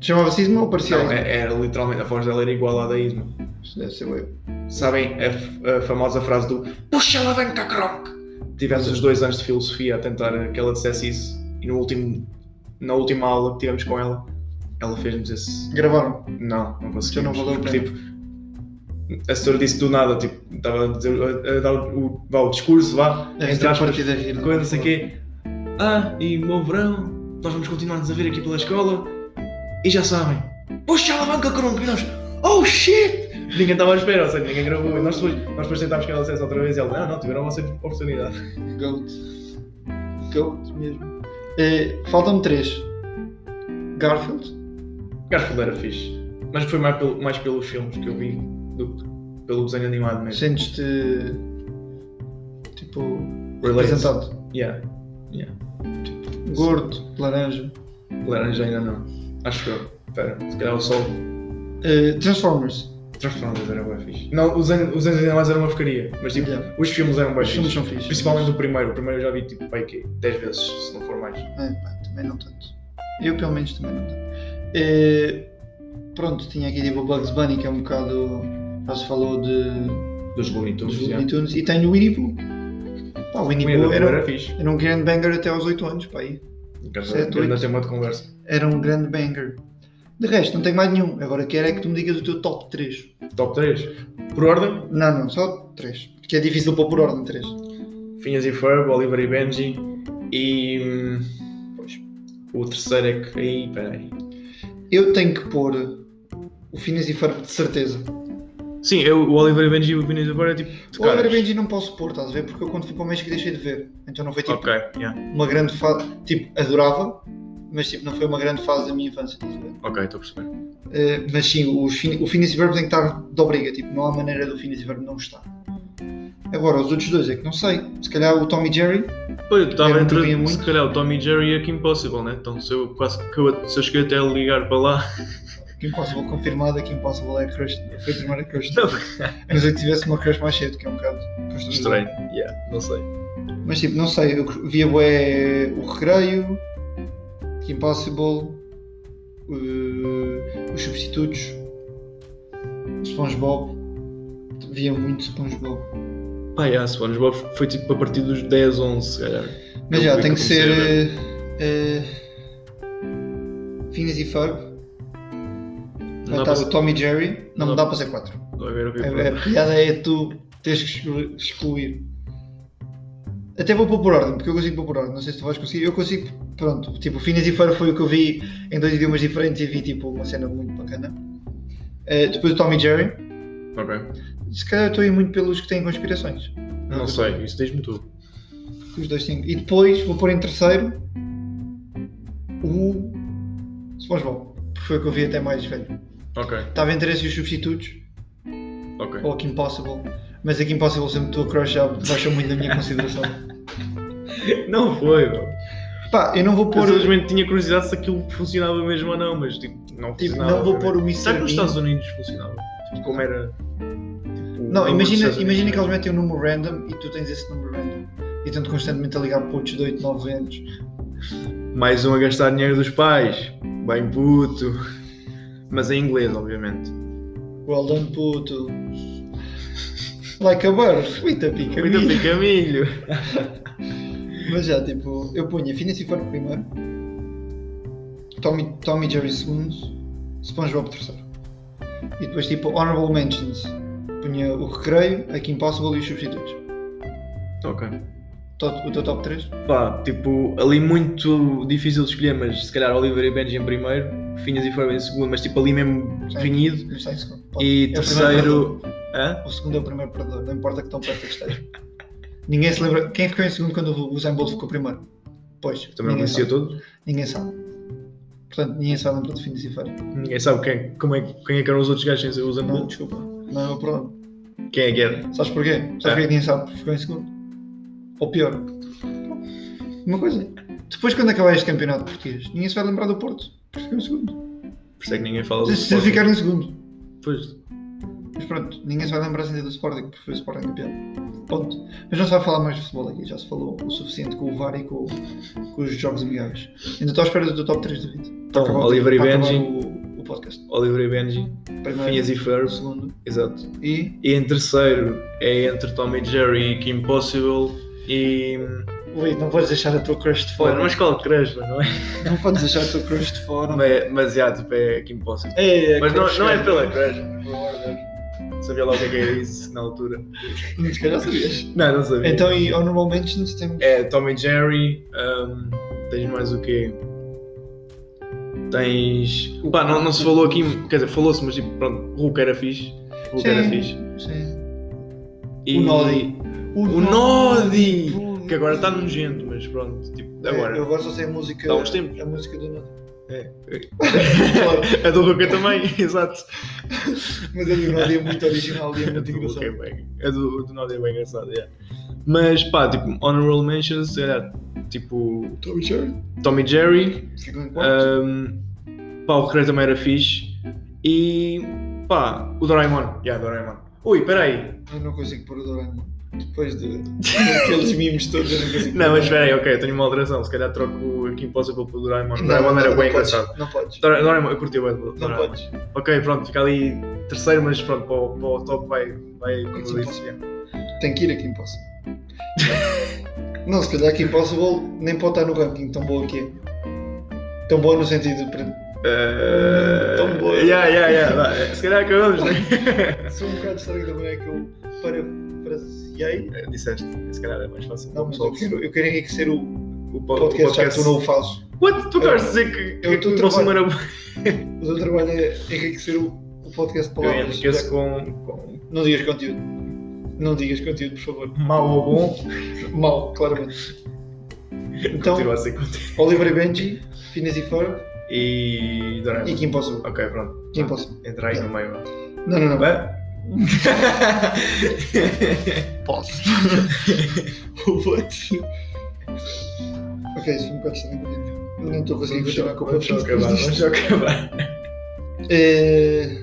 Speaker 1: Chamava-se Isma ou parecia
Speaker 2: Não,
Speaker 1: Isma?
Speaker 2: é- era literalmente, a voz dela era igual à da Isma.
Speaker 1: Isso Deve ser eu.
Speaker 2: Sabem a, f- a famosa frase do Puxa a alavanca, Kronk! Tivemos os dois anos de filosofia a tentar que ela dissesse isso e no último, na última aula que tivemos com ela, ela fez-nos esse.
Speaker 1: Gravaram.
Speaker 2: Não, não
Speaker 1: Então não
Speaker 2: conseguimos.
Speaker 1: valeu a
Speaker 2: Porque,
Speaker 1: pena.
Speaker 2: tipo, a senhora disse do nada, tipo, estava a, dizer, a- a dar o, o- vá, o discurso, vá,
Speaker 1: Deve
Speaker 2: entre
Speaker 1: ter
Speaker 2: aspas,
Speaker 1: partido a rir.
Speaker 2: coisa, não sei o quê. é Ah, e bom verão, nós vamos continuar-nos a ver aqui pela escola. E já sabem, puxa a alavanca, Kronk! E nós, oh shit! Ninguém estava à espera, ou seja, ninguém gravou. E nós depois, nós depois tentámos que ela dissesse outra vez e ela, não, não, tiveram essa oportunidade.
Speaker 1: Goat. Goat mesmo. Eh, Faltam-me três. Garfield.
Speaker 2: Garfield era fixe, mas foi mais, pelo- mais pelos filmes que eu vi do que pelo desenho animado mesmo.
Speaker 1: Sentes-te. Tipo.
Speaker 2: Relates.
Speaker 1: Representado.
Speaker 2: Yeah,
Speaker 1: Gordo, laranja.
Speaker 2: laranja ainda não. Acho eu. Espera, se calhar o sol.
Speaker 1: Eh, Transformers.
Speaker 2: Transformers era bem fixe. Não, os desenhos os desenhos animados eram uma porcaria, mas tipo,
Speaker 1: Yeah.
Speaker 2: os filmes eram bem
Speaker 1: Os filmes
Speaker 2: fixes.
Speaker 1: são fixos.
Speaker 2: Principalmente o primeiro. O primeiro eu já vi tipo, pai, quê? 10 vezes, se não for mais.
Speaker 1: É, pá, também não tanto. Eu, pelo menos, também não tanto. Eh, pronto, tinha aqui tipo o Bugs Bunny, que é um bocado. Já se falou de.
Speaker 2: Dos Looney
Speaker 1: dos
Speaker 2: Tunes.
Speaker 1: Looney Tunes. E tenho o Winnie Pooh. Pá, o Winnie Pooh
Speaker 2: Era,
Speaker 1: era,
Speaker 2: era fixe.
Speaker 1: era um grande banger até aos 8 anos, pá. aí. Sete,
Speaker 2: Ainda tem uma de conversa.
Speaker 1: Era um grande banger. De resto, não tenho mais nenhum. Agora quero é que tu me digas o teu top 3.
Speaker 2: Top 3. Por ordem,
Speaker 1: Não, não, só 3. Porque é difícil pôr por ordem 3.
Speaker 2: Finhas e Ferb, Oliver e Benji. E. hum, Pois. O terceiro é que. Aí, peraí.
Speaker 1: Eu tenho que pôr eh, o Finas e Ferb de certeza.
Speaker 2: Sim, eu, o Oliver e Benji e o Finhas e Ferb é tipo. de
Speaker 1: O Oliver
Speaker 2: caras.
Speaker 1: Benji não posso pôr, estás a ver? Porque eu quando fui para o México deixei de ver. Então não foi tipo
Speaker 2: Ok, yeah.
Speaker 1: uma grande fase. Tipo, adorava, mas tipo, não foi uma grande fase da minha infância, estás a ver?
Speaker 2: Ok, estou a perceber.
Speaker 1: Eh, mas sim, os fin... o Phineas e Verb tem que estar de obriga. Tipo, não há maneira do Phineas e Verb não estar. Agora, os outros dois é que não sei. Se calhar o Tommy Jerry.
Speaker 2: Pois, eu estava
Speaker 1: Eu não
Speaker 2: entre,
Speaker 1: via muito.
Speaker 2: se calhar, o Tommy Jerry e a Kim Possible, né? Então, se eu, quase, que eu, se eu cheguei até a ligar para lá. [LAUGHS]
Speaker 1: Que Impossible confirmada, que Impossible é crush. Foi a primeira crush.
Speaker 2: Não.
Speaker 1: A não ser que tivesse uma crush mais cedo, que é um bocado constrangedor.
Speaker 2: Estranho. Yeah, não sei.
Speaker 1: Mas tipo, não sei, eu via bué o Recreio, Kim Possible, eh, os Substitutos, o SpongeBob. Via muito SpongeBob.
Speaker 2: Pá, yeah, SpongeBob foi tipo a partir dos 10, 11, se calhar.
Speaker 1: Mas
Speaker 2: Eu
Speaker 1: já,
Speaker 2: vi
Speaker 1: tem
Speaker 2: que
Speaker 1: que
Speaker 2: comecei
Speaker 1: ser.
Speaker 2: a ver.
Speaker 1: eh, eh, Phineas e Ferb, vai
Speaker 2: Não dá
Speaker 1: estar
Speaker 2: para
Speaker 1: o Tommy Jerry. Não,
Speaker 2: não
Speaker 1: me
Speaker 2: dá
Speaker 1: dá para ser 4.
Speaker 2: não vai ver o que
Speaker 1: A,
Speaker 2: é
Speaker 1: a
Speaker 2: que-
Speaker 1: piada é tu teres que exclu- excluir. Até vou pôr por ordem, porque eu consigo pôr por ordem. Não sei se tu vais conseguir. Eu consigo, pronto. Tipo, Phineas e Ferb foi o que eu vi em dois idiomas diferentes e vi tipo uma cena muito bacana. Eh, depois o Tommy Jerry.
Speaker 2: Ok.
Speaker 1: Se calhar eu estou a ir muito pelos que têm conspirações.
Speaker 2: Não sei,
Speaker 1: é.
Speaker 2: isso diz-me tu.
Speaker 1: Que Os dois têm. E depois vou pôr em terceiro o SpongeBob, porque foi o que eu vi até mais velho.
Speaker 2: Ok,
Speaker 1: Estava entre esses e os substitutos,
Speaker 2: ok.
Speaker 1: ou a Kim Possible, mas a Kim Possible sempre estou a crush já baixou muito da minha consideração.
Speaker 2: [LAUGHS] Não foi, bro.
Speaker 1: Pá, eu não vou
Speaker 2: Eu
Speaker 1: pôr.
Speaker 2: simplesmente tinha curiosidade se aquilo funcionava mesmo ou não, mas tipo, não
Speaker 1: Tipo,
Speaker 2: funcionava.
Speaker 1: não vou
Speaker 2: obviamente.
Speaker 1: pôr o Mr.
Speaker 2: Será que nos
Speaker 1: Bean.
Speaker 2: Estados Unidos funcionava? Tipo, como era. tipo, o
Speaker 1: Não,
Speaker 2: número dos
Speaker 1: imagina,
Speaker 2: Estados
Speaker 1: imagina
Speaker 2: Unidos,
Speaker 1: que eles metem um número random e tu tens esse número random. E tanto constantemente a ligar para outros de 8, 9 anos.
Speaker 2: né? Mais um a gastar dinheiro dos pais. Bem puto. mas em inglês, obviamente.
Speaker 1: Well done, puto. Like a bird. Muita pica.
Speaker 2: Muito
Speaker 1: milho.
Speaker 2: pica milho.
Speaker 1: Mas já, tipo, eu punha Phineas e Ferb primeiro. Tommy, Tommy Jerry segundo. SpongeBob terceiro. E depois, tipo, Honorable Mentions. Punha o Recreio, a Kim Possible e os Substitutos.
Speaker 2: Ok.
Speaker 1: Tot- o teu top 3?
Speaker 2: Pá, tipo, ali muito difícil de escolher, mas se calhar Oliver e Benji em primeiro, Finhas e Ferb em segundo, mas tipo ali mesmo renhido.
Speaker 1: Não sei se
Speaker 2: E
Speaker 1: É o primeiro
Speaker 2: terceiro. Hã?
Speaker 1: O segundo é o primeiro perdedor, não importa que tão perto que esteja. Ninguém se lembra. Quem ficou em segundo quando o Zambold ficou primeiro? Pois.
Speaker 2: Também não
Speaker 1: ninguém
Speaker 2: conhecia
Speaker 1: sabe.
Speaker 2: todo.
Speaker 1: Ninguém sabe. Portanto, ninguém sabe onde define se fora.
Speaker 2: Ninguém sabe quem, como é, quem é que eram os outros gajos sem ser o
Speaker 1: Não,
Speaker 2: Zambulo.
Speaker 1: desculpa. Não é o meu problema.
Speaker 2: Quem é que era?
Speaker 1: Sabes porquê? Sabes
Speaker 2: É.
Speaker 1: porquê que ninguém sabe porque ficou em segundo? Ou pior. Uma coisa. Depois, quando acabar este campeonato português, ninguém se vai lembrar do Porto. Porque ficou em segundo.
Speaker 2: Por isso é que ninguém fala
Speaker 1: Se,
Speaker 2: do
Speaker 1: se
Speaker 2: Sporting.
Speaker 1: ficar Tá em segundo.
Speaker 2: Pois,
Speaker 1: Mas pronto, ninguém se vai lembrar assim do Sporting, porque foi o Sporting campeão. Ponto. Mas não se vai falar mais de futebol aqui, já se falou o suficiente com o VAR e com, com os jogos amigáveis. Ainda estou à espera do teu top 3 David. Para
Speaker 2: Então,
Speaker 1: acabar o-
Speaker 2: Oliver e
Speaker 1: para acabar
Speaker 2: Benji.
Speaker 1: O, o podcast.
Speaker 2: Oliver e Benji,
Speaker 1: Tá Primeiro,
Speaker 2: Finhas e Ferb,
Speaker 1: segundo.
Speaker 2: exato.
Speaker 1: E
Speaker 2: E em terceiro é entre Tom e Jerry e Kim Possible e.
Speaker 1: Luís, não podes deixar a tua crush de
Speaker 2: Olha,
Speaker 1: fora.
Speaker 2: não é escola de crush, mano, não é?
Speaker 1: Não podes deixar a tua crush de fora.
Speaker 2: Mas, mas yeah, tipo, é Kim Possible.
Speaker 1: É, é,
Speaker 2: Mas não,
Speaker 1: crush,
Speaker 2: não é
Speaker 1: cara.
Speaker 2: pela crush, sabia lá o que é que era isso na altura.
Speaker 1: Não, Hum, Se calhar sabias.
Speaker 2: Não, não sabia.
Speaker 1: Então, e Honorable Mentions temos.
Speaker 2: É Tom e Jerry, ahm, tens mais o quê? Tens. Pá, não, não se falou aqui, quer dizer, falou-se, mas tipo, pronto, Hulk era fixe. Hulk
Speaker 1: Sim.
Speaker 2: era fixe.
Speaker 1: Sim.
Speaker 2: E-
Speaker 1: O Noddy.
Speaker 2: O Nodi!
Speaker 1: Nodi.
Speaker 2: Que agora está nojento, mas pronto, tipo,
Speaker 1: É,
Speaker 2: agora.
Speaker 1: Eu agora só sei a música.
Speaker 2: Dá uns tempos.
Speaker 1: A música do Nod.
Speaker 2: [LAUGHS] a do Hulk é também, [LAUGHS] exato.
Speaker 1: Mas a do Nod é muito original e é
Speaker 2: A [LAUGHS]
Speaker 1: muito
Speaker 2: do Hulk é
Speaker 1: engraçado.
Speaker 2: bem. A do, do Nodi é bem engraçada, é. Mas pá, tipo, Honorable Mentions, se calhar, tipo,
Speaker 1: Tommy Jerry.
Speaker 2: Tommy Jerry,
Speaker 1: Ficou em quarto.
Speaker 2: um, pá, o Recreio também era fixe, e pá, o Doraemon, yeah, Doraemon. Ui, peraí.
Speaker 1: Eu não consigo pôr o Doraemon. Depois de aqueles
Speaker 2: [LAUGHS]
Speaker 1: mimos todos, eu não consigo.
Speaker 2: Não,
Speaker 1: pôr o
Speaker 2: mas
Speaker 1: Doraemon.
Speaker 2: peraí, ok, tenho uma alteração, se calhar troco aqui Impossible pelo Doraemon. O Doraemon era
Speaker 1: não
Speaker 2: bem
Speaker 1: podes,
Speaker 2: engraçado. Então,
Speaker 1: Não podes.
Speaker 2: Dora- Doraemon, eu curti o Doraemon.
Speaker 1: Não podes.
Speaker 2: Ok, pronto, fica ali terceiro, mas pronto, para o, para o top vai, vai como eu
Speaker 1: Sim,
Speaker 2: disse.
Speaker 1: Tem que ir a Kim Possible. não, se calhar Kim Possible nem pode estar no ranking tão boa que é. Tão boa no sentido de. pre-
Speaker 2: Eh,
Speaker 1: Tão boa. né?
Speaker 2: Yeah, yeah, yeah. vá, eh, Se calhar
Speaker 1: [LAUGHS]
Speaker 2: acabamos, né?
Speaker 1: Sou um bocado estranho da maneira que eu parafraseei.
Speaker 2: Eh, Disseste, se calhar é mais fácil.
Speaker 1: Não, mas eu quero, eu quero enriquecer o
Speaker 2: o, po-
Speaker 1: o
Speaker 2: o
Speaker 1: podcast, já que
Speaker 2: podcast.
Speaker 1: tu não o fazes.
Speaker 2: What? Tu acabas de dizer que,
Speaker 1: eu
Speaker 2: que,
Speaker 1: tô
Speaker 2: que o nosso
Speaker 1: trabalho.
Speaker 2: número era bom.
Speaker 1: O teu trabalho é enriquecer o, o podcast de
Speaker 2: Eu
Speaker 1: palavras.
Speaker 2: enriqueço com, com
Speaker 1: Não digas conteúdo. Não digas conteúdo, por favor.
Speaker 2: mau ou bom.
Speaker 1: Mal, claramente. Então,
Speaker 2: Continua a ser contigo.
Speaker 1: Oliver e Benji, Finas e Ferb
Speaker 2: E. Doraemon.
Speaker 1: e Kim Possible.
Speaker 2: Ok, pronto.
Speaker 1: Kim Possible.
Speaker 2: Entra aí no meio. vá.
Speaker 1: Não, não, não.
Speaker 2: Vá.
Speaker 1: [LAUGHS] Posso. What? Ok, isso foi um bocado estranho. Eu [LAUGHS] Não estou conseguindo
Speaker 2: Vamos
Speaker 1: continuar
Speaker 2: só-
Speaker 1: com o
Speaker 2: vamos só
Speaker 1: podcast.
Speaker 2: acabar,
Speaker 1: [LAUGHS]
Speaker 2: vamos só acabar.
Speaker 1: Eh,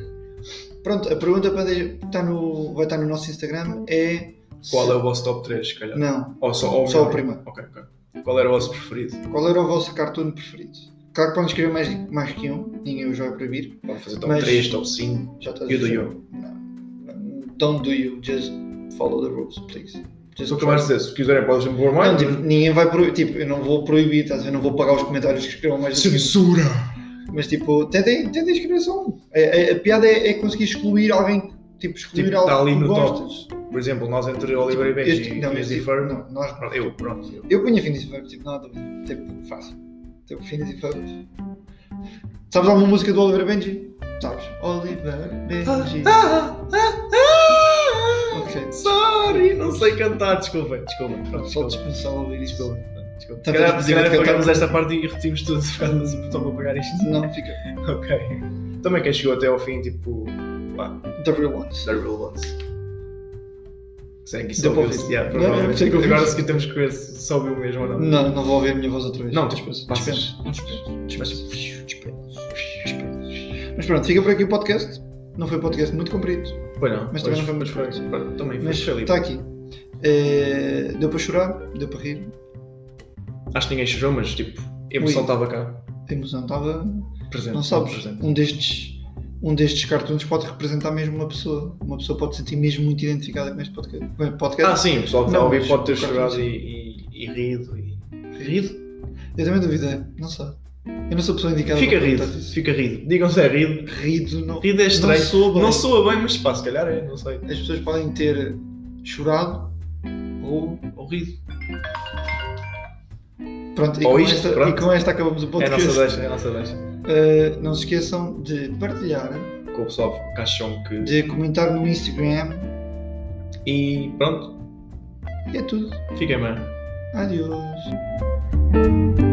Speaker 1: Pronto, a pergunta para de- que está no, vai estar no nosso Instagram é.
Speaker 2: Qual é o vosso top 3, se calhar?
Speaker 1: Não,
Speaker 2: Ou só, ou
Speaker 1: só o
Speaker 2: melhor.
Speaker 1: primeiro.
Speaker 2: Ok, ok. Qual era o vosso preferido?
Speaker 1: Qual era o vosso cartoon preferido? Claro que podem escrever mais, mais que um, ninguém os vai proibir.
Speaker 2: Vamos fazer top
Speaker 1: Mas-
Speaker 2: 3, top 5.
Speaker 1: Já estás a
Speaker 2: You do
Speaker 1: dizer.
Speaker 2: you.
Speaker 1: Não, não, Don't do you, just follow the rules, please. Just
Speaker 2: Se eu acabar de dizer, se quiserem, podem me pôr mais.
Speaker 1: Não, tipo, ninguém vai proibir, tipo, eu não vou proibir, estás a ver? Eu não vou pagar os comentários que escrevam mais do que um.
Speaker 2: Censura!
Speaker 1: Mas tipo, tentem, tentem escrever só um. A, a- a piada é, é conseguir excluir alguém, tipo, excluir
Speaker 2: Tipo,
Speaker 1: algo
Speaker 2: tá ali
Speaker 1: que tu
Speaker 2: no top.
Speaker 1: gostas.
Speaker 2: Por exemplo, nós entre Oliver e Benji
Speaker 1: Este-
Speaker 2: e
Speaker 1: não,
Speaker 2: Phineas
Speaker 1: este- tipo,
Speaker 2: e Ferb.
Speaker 1: não, nós
Speaker 2: Pronto, Eu, pronto. eu.
Speaker 1: Eu punha Finis e Ferb, tipo, nada, tipo, fácil. Tipo, Finis e Ferb. Sabes alguma música do Oliver Benji? Sabes? Oliver Benji.
Speaker 2: Ah,
Speaker 1: ah, Ok.
Speaker 2: Sorry, não sei cantar, desculpa. Desculpa, pronto,
Speaker 1: Só
Speaker 2: desculpa.
Speaker 1: dispensar ouvir isto.
Speaker 2: Desculpa. pronto, desculpa. Se
Speaker 1: Tanto a
Speaker 2: calhar, se calhar
Speaker 1: dizer que
Speaker 2: apagamos
Speaker 1: cantamos-
Speaker 2: esta parte e repetimos tudo, se calhar não botão para apagar isto.
Speaker 1: Não, fica. [LAUGHS]
Speaker 2: Ok. Também quem chegou até ao fim, tipo,
Speaker 1: The Real Ones.
Speaker 2: The Real Ones. Sei que isso
Speaker 1: Deu para
Speaker 2: ouviu-se,
Speaker 1: ouvir.
Speaker 2: yeah,
Speaker 1: Não, eu
Speaker 2: provavelmente.
Speaker 1: sei que ouvi-se.
Speaker 2: Agora se que temos que ver se se ouviu mesmo ou não.
Speaker 1: Não, não vou ouvir a minha voz outra vez.
Speaker 2: Não,
Speaker 1: dispenso.
Speaker 2: Passas.
Speaker 1: Dispenso. Mas pronto, fica por aqui o podcast. Não foi um podcast muito comprido,
Speaker 2: Pois não.
Speaker 1: Mas também não foi muito
Speaker 2: Mas foi. Pronto, Também foi.
Speaker 1: mas
Speaker 2: ali.
Speaker 1: está aqui. Eh, deu para chorar, deu para rir.
Speaker 2: Acho que ninguém chorou, mas tipo, a emoção
Speaker 1: Ui.
Speaker 2: estava cá.
Speaker 1: A emoção estava.
Speaker 2: Presente.
Speaker 1: Não sabes,
Speaker 2: Presente.
Speaker 1: um destes um destes cartoons pode representar mesmo uma pessoa. Uma pessoa pode sentir mesmo muito identificada com este podcast. Com este podcast.
Speaker 2: Ah, sim, o pessoal que está a
Speaker 1: Não,
Speaker 2: ouvir
Speaker 1: mas
Speaker 2: pode ter
Speaker 1: o cartoon-
Speaker 2: chorado e, e, e rido. E... Rido?
Speaker 1: Eu também duvidei, não sei. Eu não sou a pessoa indicada.
Speaker 2: Fica
Speaker 1: para
Speaker 2: rido,
Speaker 1: perguntar isso.
Speaker 2: fica rido. Digam se é rido.
Speaker 1: Rido não.
Speaker 2: Rido é
Speaker 1: Não
Speaker 2: estranho.
Speaker 1: soa bem.
Speaker 2: Não soa bem, mas pá, se calhar é, não sei.
Speaker 1: As pessoas podem ter chorado ou.
Speaker 2: Ou rido.
Speaker 1: Pronto, e,
Speaker 2: Ou
Speaker 1: com,
Speaker 2: isto,
Speaker 1: esta,
Speaker 2: pronto.
Speaker 1: e com esta acabamos o
Speaker 2: É a
Speaker 1: podcast.
Speaker 2: nossa deixa, é a nossa deixa.
Speaker 1: Uh, não se esqueçam de partilhar,
Speaker 2: Com o pessoal que acham que.
Speaker 1: de comentar no Instagram.
Speaker 2: E pronto,
Speaker 1: E é tudo.
Speaker 2: fiquem bem.
Speaker 1: Adiós.